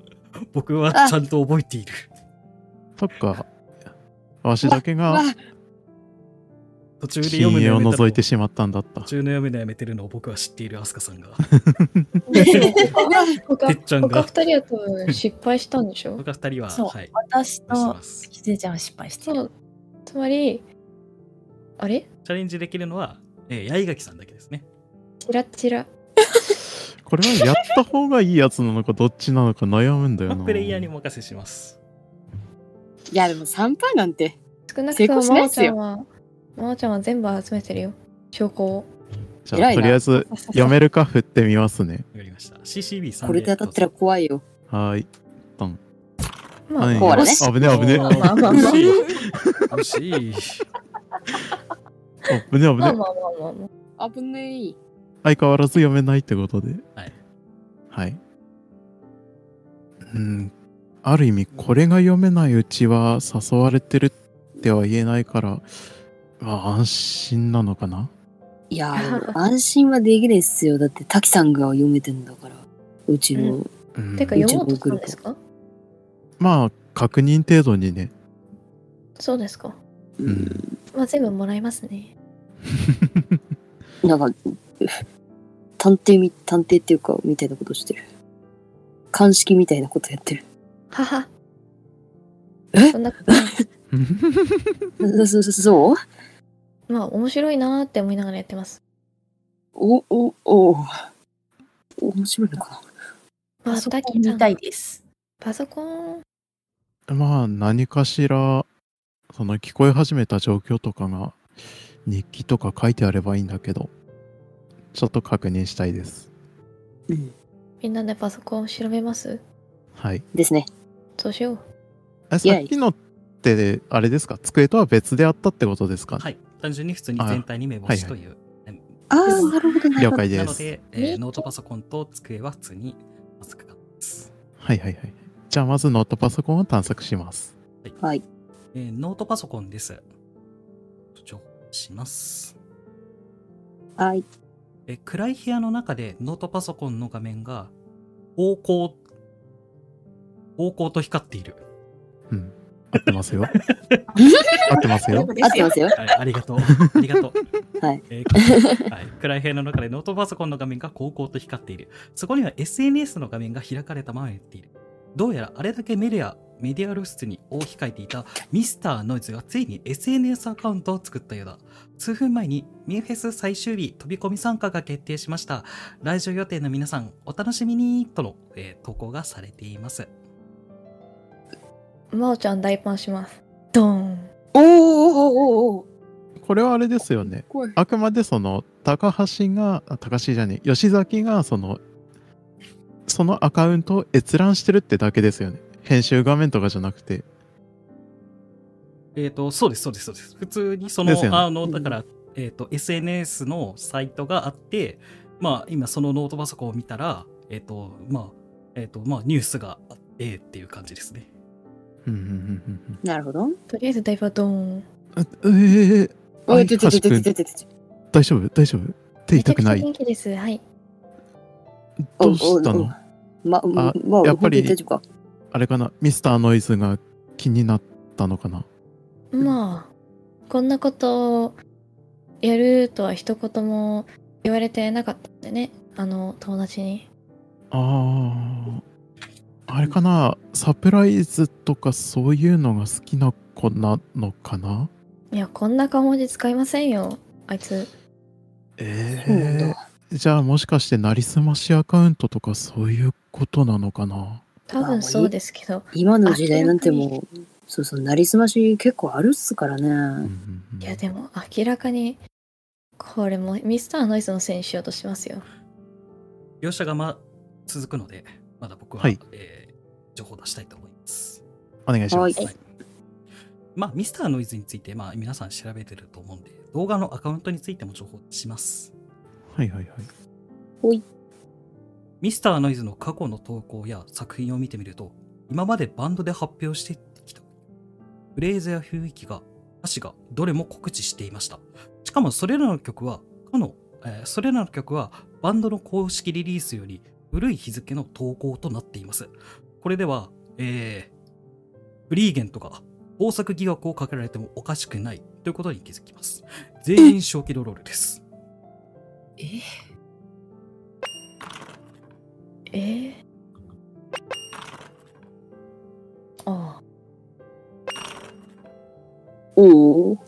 僕はちゃんと覚えている。
そっか。わしだけが
途中で
金
読むの
を
やめたの
覗いてしまったんだっ
途
た。
中の読むのやめてるのを僕は知っているアスカさんが。
他
てっちゃんが
他二人は多分失敗したんでしょ
他二人は、
そう
はい。
私
お願いし
と
ます
キツネちゃんは失敗して
そ
る。
う。つまり、あれ
チャレンジできるのは、えー、八重垣さんだけですね。
チラチラ。
これはやった方がいいやつなのかどっちなのか悩むんだよ
まあ
な。
プレイヤーにお任せします。
いやでも3パーなんて。
少なく
成
と
功
も、
し
ま
ない
お
っ
ち
す
ゃ
よ
んは、まおちゃんは全部集めてるよ。証拠を。
じゃ
偉
あ
い
と
な
りあえず読めるか振ってみますね。
わかりました。CCB さん
これで当たったら怖いよ。
はーい。
まあ、
はい
こうだね
危ね危ね。
まあまあまあ
惜しい
惜しい。
危ね危
まあ
ね。
まあまあまあまあ。
危ねえ。
相変わらず読めないってことで。
はい。
はい。うん。ある意味、これが読めないうちは誘われてるっては言えないから、まあ安心なのかない
やー安心はできないっすよ。だって滝さんが読めてんだから。うちの。
うん
てか、読もうとしたんですか
まあ、確認程度にね。
そうですか。
う
うんん。
まあ、全部もらいますね。
なんか、探偵み、探偵っていうか、みたいなことしてる。鑑識みたいなことやってる。
はは。
え
そんなことないで
そ
す
そそそう
まあ、面白いなーって思いながらやってます。
お、お、お。面白いのか
ま
パ
あ、
ソ
た
コ
き
ン
ちゃ
見
ん
たいです。
パソコン。
まあ、何かしら、その聞こえ始めた状況とかが、日記とか書いてあればいいんだけど、ちょっと確認したいです。
なうん。
みんなでパソコンを調べます
はい。
ですね。
そうしよう。
え
イ
さ
エ
っ
イ
きのって、あれですか机とは別であったってことですか、
はい。単純に普通に全体に目星という。
ああ、なるほど、なる
了
ほど。
解
な
で
の
す。
で、えーノートパソコンと机は普通にマスクかです。
はいはいはい。じゃあまずノートパソコンを探索します。
はい。
えーノートパソコンです。情報します。
はい。
えー暗い部屋の中でノートパソコンの画面が方向、方向と光っている。
うん。合ってますよ。合ってますよ。
合ってますよ。
はい、ありがとう。ありがとう。
はい
えーはい暗い部屋の中でノートパソコンの画面が高々と光っている。そこには SNS の画面が開かれたままになっている。どうやらあれだけメディア、メディア露出に大き控えていたミスターノイズがついに SNS アカウントを作ったようだ。数分前にミューフェス最終日飛び込み参加が決定しました。来場予定の皆さんお楽しみにとの、えー投稿がされています。
まおちゃん、大パンします。ドーン。
おーおーおーおー
これはあれですよね。
怖い。
あくまでその、高橋が、あ高橋じゃねえ、吉崎がその、そのアカウントを閲覧してるってだけですよね。編集画面とかじゃなくて。
えっ、と、そうです、そうです、そうです。普通にその、
ですよね
あの、だから、えっ、と、SNS のサイトがあって、まあ、今、そのノートパソコンを見たら、えっ、と、まあ、えっ、と、まあ、ニュースがあってっていう感じですね。
うんうんうんうんうん
なるほど。
とりあえず、だいぶドーン。
えー、
お
はい
い、ちょちょちょちょ
橋君
ちょちょちょちょ。
大丈夫大丈夫手痛くな
めちゃ
い
くちゃ元気です。はい。
お
どうした
おお
の
ま、
あ
まあ、
やっぱり
本当に大丈夫か。
あれかなミスターノイズが気になったのかな
まあ、こんなことをやるとは一言も言われてなかったんでね。あの、友達に。
あああれかなサプライズとかそういうのが好きな子なのかない
や、こんな顔文字使いませんよ。あいつ。
え
そうなんだ
じゃあもしかしてなりすましアカウントとかそういうことなのかな
多分そうですけど。
今の時代なんてもう、そうそう、なりすまし結構あるっすから
うんう
ね。
んうん
いや、でも明らかに、これもミスターノイズのせいにしようとしてますよ。
描写がま続くので、まだ僕は、
はい
えー情報を出したいと思います。
お願いしま
はい
す
はいまあ、ミスターノイズについて、まあ、皆さん調べてると思うんで、動画のアカウントについても情報します。
はいはいはい
ミスターノイズの過去の投稿や作品を見てみると、今までバンドで発表してきたフレーズや雰囲気が、歌詞がどれも告知していました。しかもそれらの曲は、かの、えーそれらの曲はバンドの公式リリースより古い日付の投稿となっています。これでは、えーフリーゲンとか盗作疑惑をかけられてもおかしくないということに気づきます。全員正気ドロールです。
えー、ああ、
おお。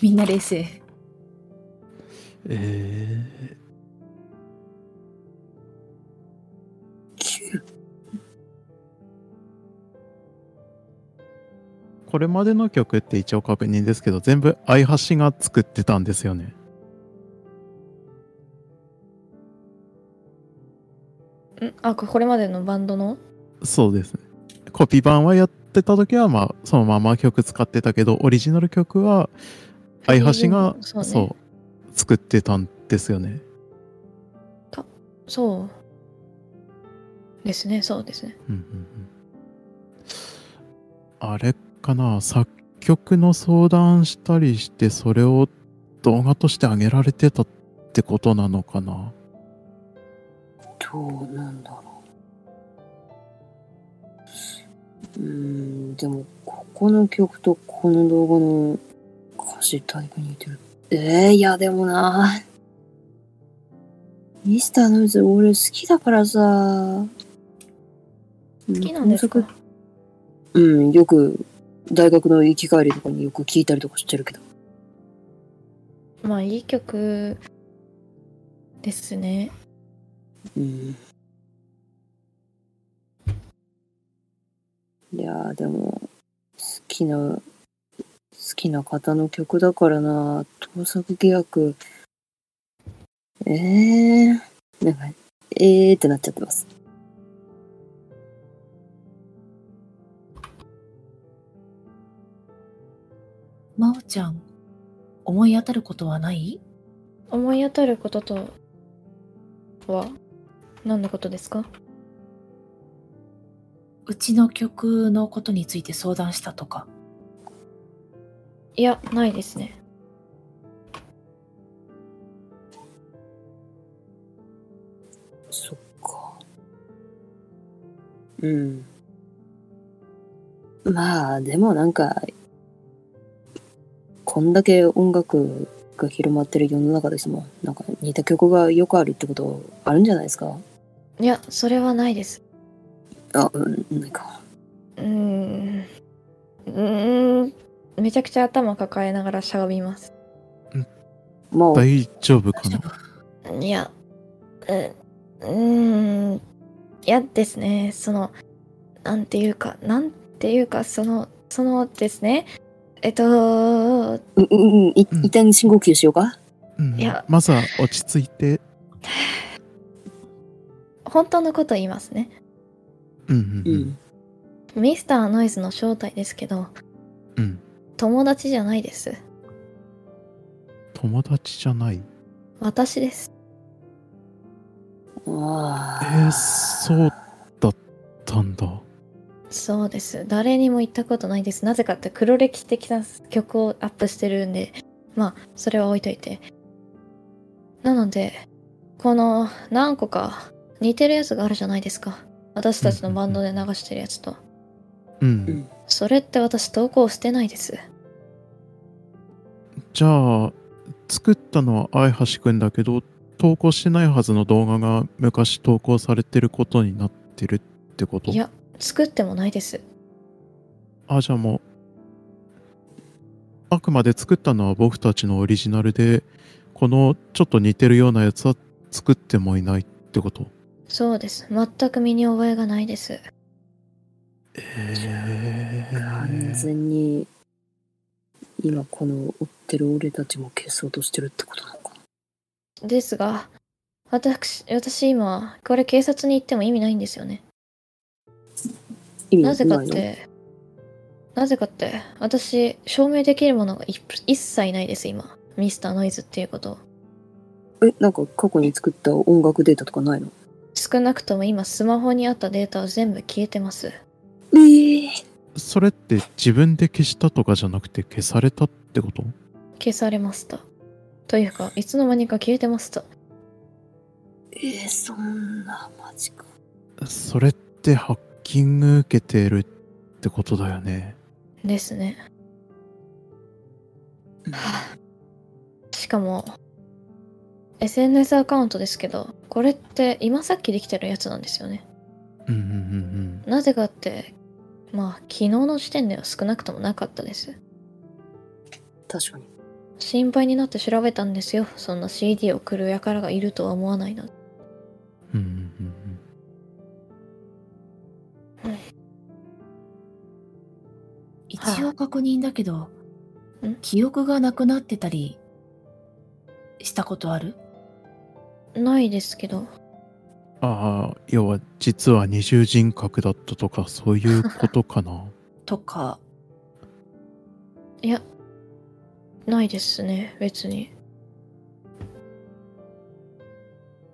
みんな冷静。
えー、これまでの曲って一応確認ですけど全部相橋が作ってたんですよね
んあ、ここれまでのバンドの
そうですねコピー版はやってた時はまあそのまま曲使ってたけどオリジナル曲は相橋が
そうね
そう作ってたんですよね
そう。ですね、そうですね。
うんうんうんあれかな作曲の相談したりしてそれを動画として上げられてたってことなのかな
どうなんだろう。うーん、でも、ここの曲とこの動画の歌詞タイプ似てる。えー、いや、でもな。ミスターノイズ、俺好きだからさ。好
好きなんですか
うん、よく、大学の行き帰りとかによく聞いたりとかしてるけど。
まあ、いい曲ですね。
うん。いやー、でも、好きな、好きな方の曲だからな、盗作疑惑。えー、なんか、えーってなっちゃってます。
真央ちゃん、思い当たることはない
思い当たることとは何のことですか
うちの曲のことについて相談したとか。
いや、ないですね。
そっか。うん。まあ、でもなんか、こんだけ音楽が広まってる世の中ですもん。なんか似た曲がよくあるってことあるんじゃないですか
いや、それはないです。
あ、うん、なんか。
うーん。うーん。めちゃくちゃ頭抱えながらしゃがみます。
まあ、
大丈夫かない
や、う、うーん。いやですね、その、なんていうか、なんていうか、その、そのですね、えっと、
うんうんうん、い
うん
一旦深呼吸しようか。
うん
いや
まずは落ち着いて
本当のこと言いますね。
うんうんうん。
ミスターノイズの正体ですけど、
うん
友達じゃないです。
友達じゃない
私です。
え
ああ。
ー、そうだったんだ
そうです誰にも言ったことないですなぜかって黒歴史的な曲をアップしてるんでまあそれは置いといてなのでこの何個か似てるやつがあるじゃないですか私たちのバンドで流してるやつと
うん。
それって私投稿してないです
じゃあ、作ったのは相橋くんだけど、投稿してないはずの動画が昔投稿されてることになってるってこと
いや作ってもないです
あ、じゃあもう、あくまで作ったのは僕たちのオリジナルで、このちょっと似てるようなやつは作ってもいないってこと
そうです全く身に覚えがないです
へ
完全に、今この追ってる俺たちも消そうとしてるってことなのかな。
ですが私私今これ警察に行っても意味ないんですよね
意味
なぜか
な
っ
いの
て、なぜかって、私、証明できるものが一一切ないです、今。ミスターノイズっていうことを。
え、なんか過去に作った音楽データとかないの
少なくとも今、スマホにあったデータは全部消えてます。
ええ
それって自分で消したとかじゃなくて消されたってこと
消されました。というか、いつの間にか消えてました。
えーそんな、マジか。
それってハッキング受けてるってことだよね。
ですね。はぁしかも、SNS アカウントですけど、これって今さっきできてるやつなんですよね。
うんうんうん
なぜかって、まあ、昨日の時点では少なくともなかったです。
確かに。
心配になって調べたんですよそんな CD を送る輩がいるとは思わないので
うん。うんうんうんうん
一応確認だけど
ん、
記憶がなくなってたりしたことある
ないですけど
ああ、要は実は二重人格だったとかそういうことかな。
とか、
いやないですね別に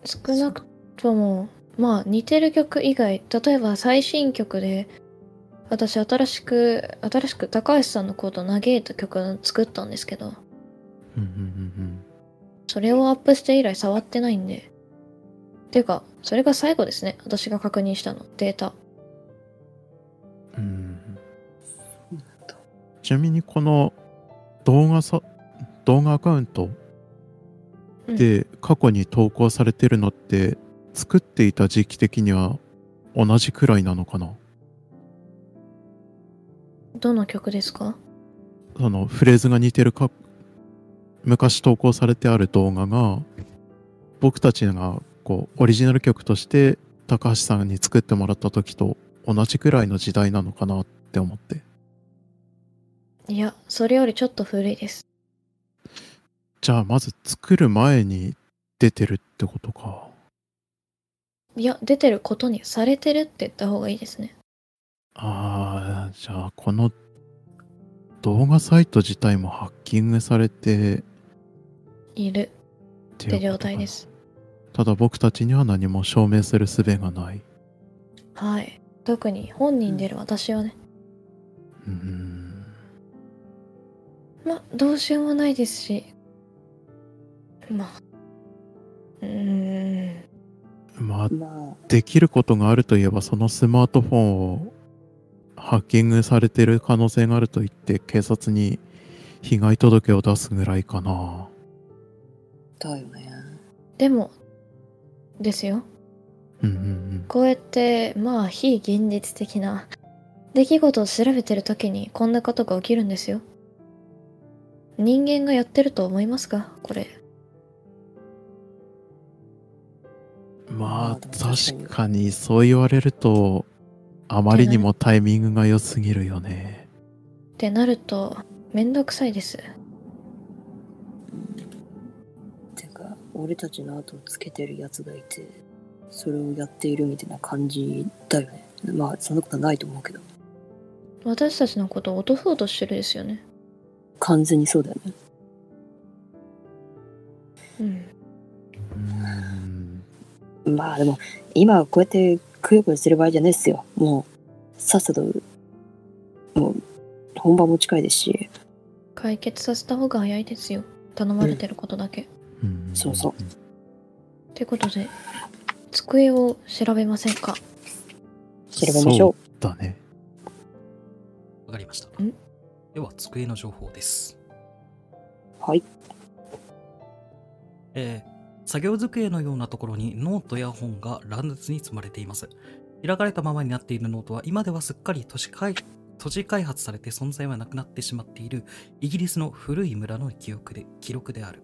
少なくともまあ似てる曲以外例えば最新曲で私新しく新しく高橋さんのコード投げた曲を作ったんですけど
うんうんうん
それをアップして以来触ってないんでていうかそれが最後ですね私が確認したのデータ
うんうんちなみにこの動画さ動画アカウントで過去に投稿されてるのって作っていた時期的には同じくらいなのかな
どの曲ですか
そのフレーズが似てるか昔投稿されてある動画が僕たちがこうオリジナル曲として高橋さんに作ってもらった時と同じくらいの時代なのかなって思って
いや、それよりちょっと古いです。
じゃあまず作る前に出てるってことか
いや、出てることにされてるって言った方がいいですね。
あーじゃあこの動画サイト自体もハッキングされて
いる
って
って
いう
状
ことか
態です。
ただ僕たちには何も証明する術がない
はい。特に本人出る私はね。
うーん
ま、どうしようもないですし。まあ。うーん。
まあ
ま
できることがあるといえばそのスマートフォンをハッキングされてる可能性があると言って警察に被害届を出すぐらいかな
あ、だよね。
でも、ですよ。
うんうんうん
こうやって、まあ、非現実的な出来事を調べてる時にこんなことが起きるんですよ。人間がやってると思いますかこれ。
まあ
でも確かに
確かにそう言われるとあまりにもタイミングが良すぎるよね
ってなるとめんどくさいです
てか、俺たちの後をつけてるやつがいて、それをやっているみたいな感じだよね。まあ、そんなことはないと思うけど、
私たちのことを落とそうとしてるですよね
完全にそうだよね。
うん
うーん
まあでも、今こうやってくよくよしてる場合じゃねえっすよ。もう、さっさと、もう、本番も近いですし、
解決させた方が早いですよ頼まれてることだけ、
うん
そうそう
ということで机を調べませんか
調べましょ
うだね
わかりました
ん。
では、机の情報です。
はい。
えー作業机のようなところにノートや本が乱列に積まれています。開かれたままになっているノートは今ではすっかり都市開都市開発されて存在はなくなってしまっているイギリスの古い村の記憶で記録である。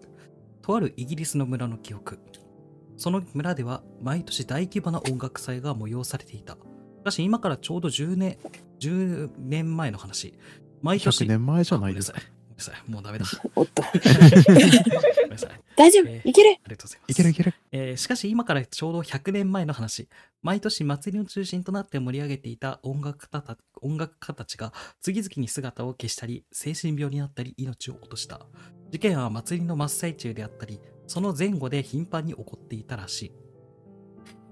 とあるイギリスの村の記憶。その村では毎年大規模な音楽祭が催されていた。しかし今からちょうど10年、10年前の話。毎年。
100年前じゃないです
か。ごめんなさい。もうダ メだ。
う。おっと、
ごめんなさい。あ
大丈夫
えー
いける
りがとうございます。
いけるいける
えーしかし今からちょうど100年前の話、毎年祭りの中心となって盛り上げていた音楽家た音楽家たちが次々に姿を消したり、精神病になったり、命を落とした。事件は祭りの真っ最中であったり、その前後で頻繁に起こっていたらしい。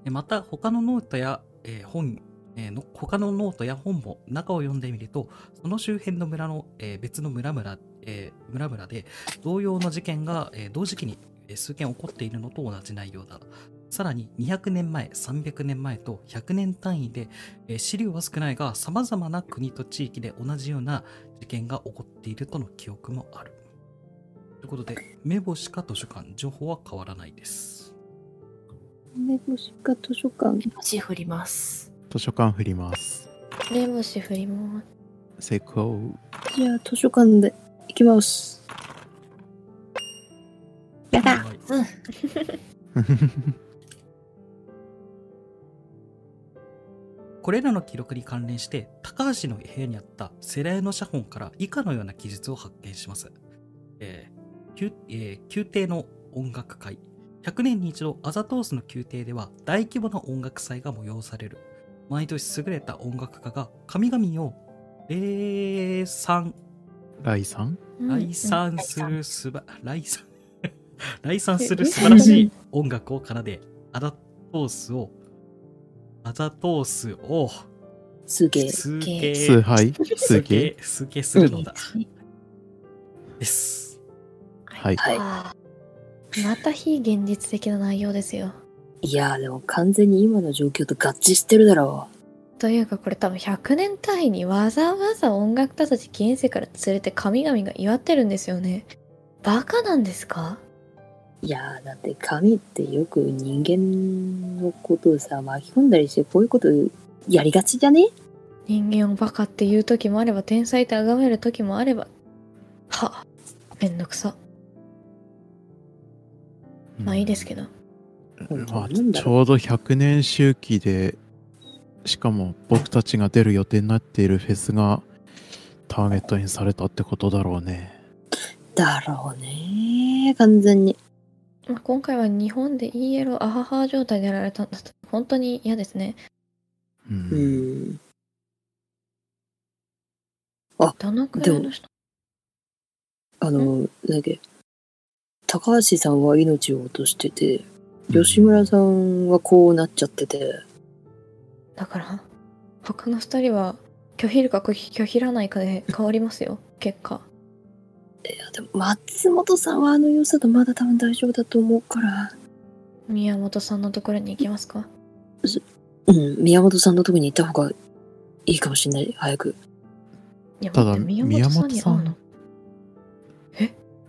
えまた、他のノートや、えー本、えーの他のノートや本も中を読んでみると、その周辺の村の、えー別の村々、えー村々で同様の事件が、えー同時期にえー数件起こっているのと同じ内容だ。さらに200年前、300年前と100年単位で、えー資料は少ないが、様々な国と地域で同じような事件が起こっているとの記憶もある。ということで、目星か図書館、情報は変わらないです。
梅干しか図書館。
星振ります。
図書館振ります
レムシ振ります
成功
じゃあ、図書館で行きます。
やった
はい
うん。
これらの記録に関連して、高橋の部屋にあったセラエの写本から以下のような記述を発見します。えー宮えー宮廷の音楽会。100年に一度、アザトースの宮廷では大規模な音楽祭が催される。毎年優れた音楽家が神々を礼賛、
来さん
うん
来賛するすば、来賛、 来賛する素晴らしい音楽を奏で、アザトースを、アザトースを、
すげえ。
数
形
形
崇拝
数
数
形
形
数形するのだです
はい
はい。
あーまた非現実的な内容ですよ
いやーでも完全に今の状況と合致してるだろ
というかこれ多分100年単位にわざわざ音楽家たち現世から連れて神々が祝ってるんですよねバカなんですか
う。いやーだって神ってよく人間のことをさ巻き込んだりしてこういうことやりがちじゃね
人間をバカっていう時もあれば天才って崇める時もあればはめんどくさまあいいですけど
まあ、
なんだ
ち
ろう
ょうど100年周期でしかも僕たちが出る予定になっているフェスがターゲットにされたってことだろうね
だろうね完全に
まあ、今回は日本でイエローアハハ状態でやられたんだと本当に嫌ですね
う、
うんん
どのくらいの人
あのだっけ高橋さんは命を落としてて吉村さんはこうなっちゃってて
だから他の2人は拒否るか拒否らないかで変わりますよ結果
いやでも松本さんはあの良さとまだ多分大丈夫だと思うから
宮本さんのところに行きますか
うん宮本さんのとこに行った方がいいかもしれない早く
いや
ただ
待って宮本さんに会うの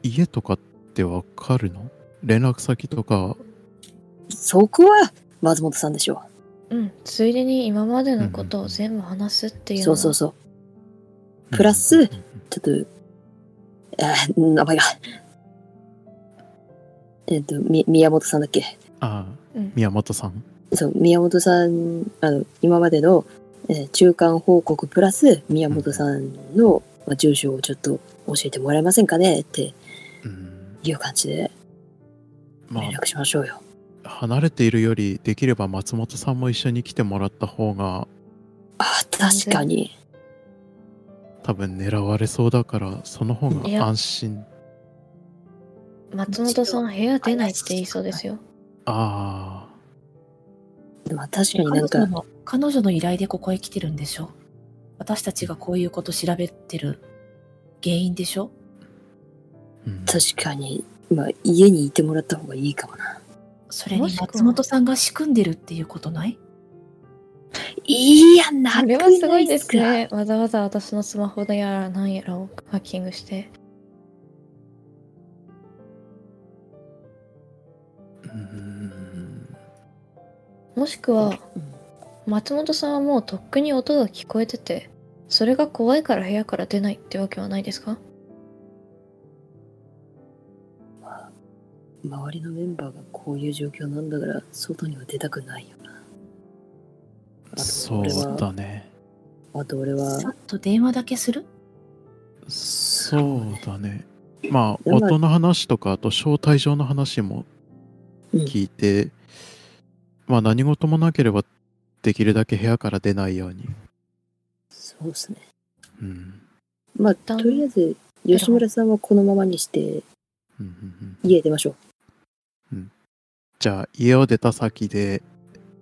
家とかってわかるの連絡先とか
そこは松本さんでしょ
うんついでに今までのことを全部話すっていうの
そう
は
そうそうプラス
うん
ちょっとあー名前がえっとみ宮本さんだっけ
ああ
うん
宮本さん
そう宮本さんあの今までの、えー中間報告プラス宮本さんの、まあ、住所をちょっと教えてもらえませんかねって
うん
いう感じで
ま
連絡しましょうよ、
あ離れているよりできれば松本さんも一緒に来てもらった方が
あー確かに
多分狙われそうだからその方
い
が
や
安心
松本さん部屋出ないって言いそうですよ
ああ
まあ確か
彼
になん
女
か、
の彼女の依頼でここへ来てるんでしょ私たちがこういうこと調べてる原因でしょ
うん
確かに、まあ、家にいてもらった方がいいかもな。
それ
も
に
しくは
松本さんが仕組んでるっていうことない
いや、な
あれはすごいですね。わざわざ私のスマホだやらなんやらをハッキングして。
うん
もしくは、松本さんはもうとっくに音が聞こえてて、それが怖いから部屋から出ないってわけはないですか
周りのメンバーがこういう状況なんだから、外には出たくないよな。あと
そう
俺は
だね。
あと俺は
さっと電話だけする
そうだね。まあ、
でも
音の話とか、あと招待状の話も
うん
聞いて、まあ、何事もなければ、できるだけ部屋から出ないように。
そうですね。
うん。
まあ、
旦
とりあえず、吉村さんはこのままにして、
うんうんうん
家出ましょう。
じゃあ、家を出た先で、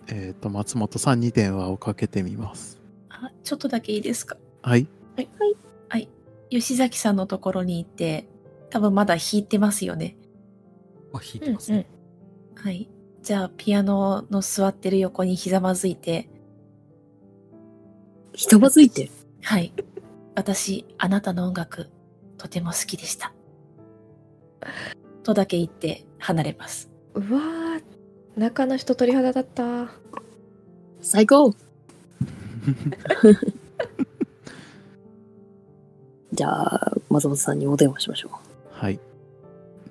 えっ、と、松本さんに電話をかけてみます。
あちょっとだけいいですか
はい。
吉崎さんのところに行って多分まだ弾いてますよね
あ、弾い
うん
て
うん。
ますね。
はいじゃあピアノの座ってる横にひざまずいて
ひとまずいて。
はい私あなたの音楽とても好きでしたとだけ言って離れます
うわー、中の人鳥肌だった。
最高じゃあ、松本さんにお電話しましょう。
はい。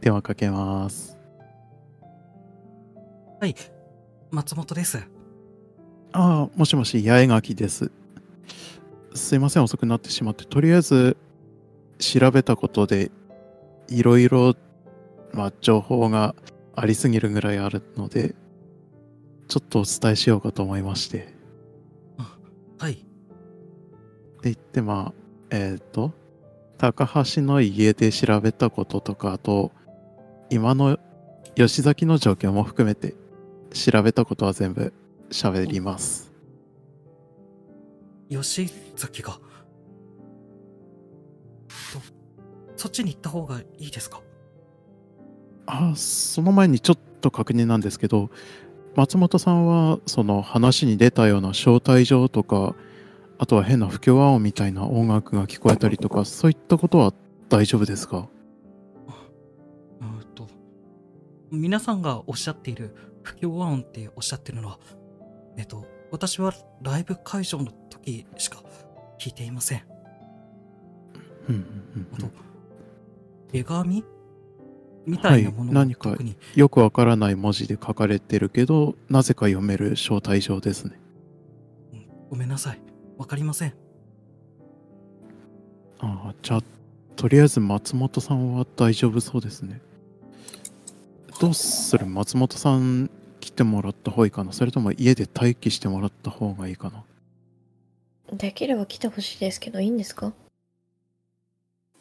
電話かけます。
はい、松本です。
ああ、もしもし、八重垣です。すいません、遅くなってしまって、とりあえず、調べたことで、いろいろ、まあ、情報がありすぎるぐらいあるので、ちょっとお伝えしようかと思いまして。
はい、
で言って、まあ、えっ、と、高橋の家で調べたこととか、あと、今の吉崎の状況も含めて、調べたことは全部喋ります。
吉崎が。とそっちに行った方がいいですか
あその前にちょっと確認なんですけど松本さんはその話に出たような招待状とかあとは変な不協和音みたいな音楽が聞こえたりとかそういったことは大丈夫ですか
うーんと、皆さんがおっしゃっている不協和音っておっしゃってるのは、えっと、私はライブ会場の時しか聞いていません。
うんうん
あ
う
と
ん、
手紙みたいなものが
はい何か
特に
よくわからない文字で書かれてるけどなぜか読める招待状ですね
ごめんなさい。わかりません。
ああじゃあとりあえず松本さんは大丈夫そうですねどうする松本さん来てもらった方がいいかなそれとも家で待機してもらった方がいいかな
できれば来てほしいですけど、いいんですか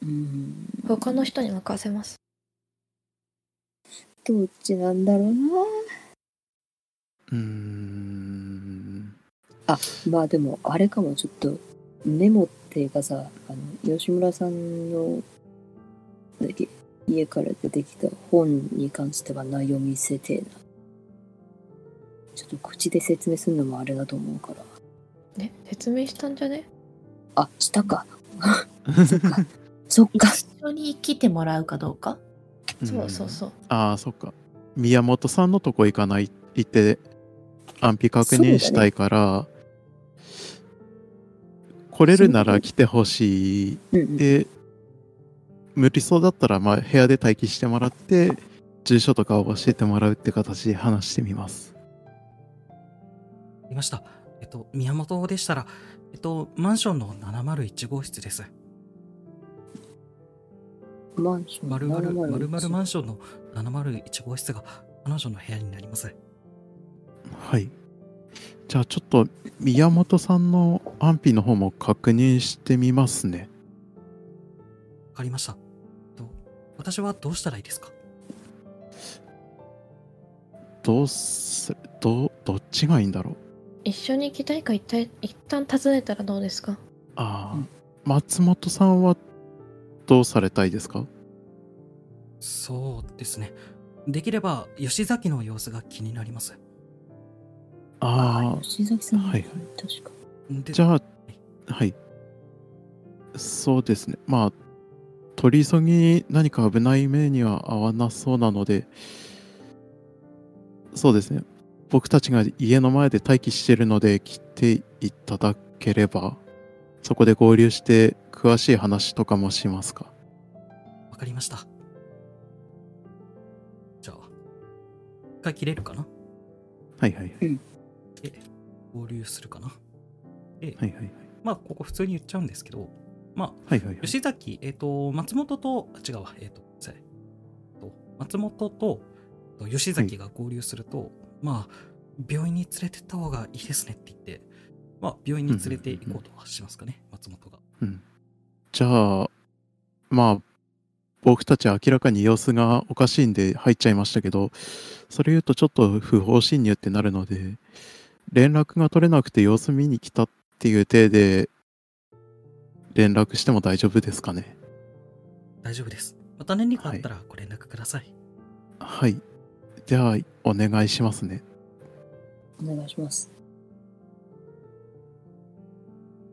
うん。
他の人に任せます。
どっちなんだろうな。
うーん
まあでも、あれかも、ちょっと、メモっていうかさ、あの、吉村さんの、なんだっけ家から出てきた本に関しては内容見せてえな。ちょっと口で説明するのもあれだと思うから。
ね、説明したんじゃね
あ、したか。そっか。
一緒に来てもらうかどうか
そうそうそう。
ああそっか宮本さんのとこ行かない行って安否確認したいから、来れるなら来てほしい
うんうん
で無理そうだったらまあ部屋で待機してもらって住所とかを教えてもらうって形で話してみます
いました。えっと、宮本でしたら、えっと、マンションの701号室です。
マンション
まるまる
701
まるまるマンションの701号室が彼女の部屋になります。
はいじゃあちょっと宮本さんの安否の方も確認してみますね
わかりました。えっと、私はどうしたらいいですか
どうするどうどっちがいいんだろう
一緒に行きたいか一旦一旦尋ねたらどうですか
ああ、
うん
松本さんはどうされたいですか
そうですね。できれば、吉崎の様子が気になります。
ああ、
吉崎さん。
はいはい
確か。
で
じゃあ、はい。そうですね。まあ、取り急ぎ何か危ない目には合わなそうなので、そうですね。僕たちが家の前で待機してるので来ていただければ、そこで合流して詳しい話とかもしますか。
わかりました。じゃあ、一回切れるかな
はいはいはい。
合流するかな
はいはいはい。
まあ、ここ普通に言っちゃうんですけど、ま
はいはい
あ、
はい。
吉崎、えっ、と、松本と、あ違うわ、えっ、と、ごめんなさいえっと松本とえっと吉崎が合流すると、まあ、病院に連れてった方がいいですねって言って、まあ、病院に連れて行こうとはしますかね、松本が。
じゃあ、まあ、僕たち明らかに様子がおかしいんで入っちゃいましたけど、それ言うとちょっと不法侵入ってなるので、連絡が取れなくて様子見に来たっていう体で、連絡しても大丈夫ですかね。
大丈夫です。また何かあったらご連絡ください。
はい。では、お願いしますね。
お願いします。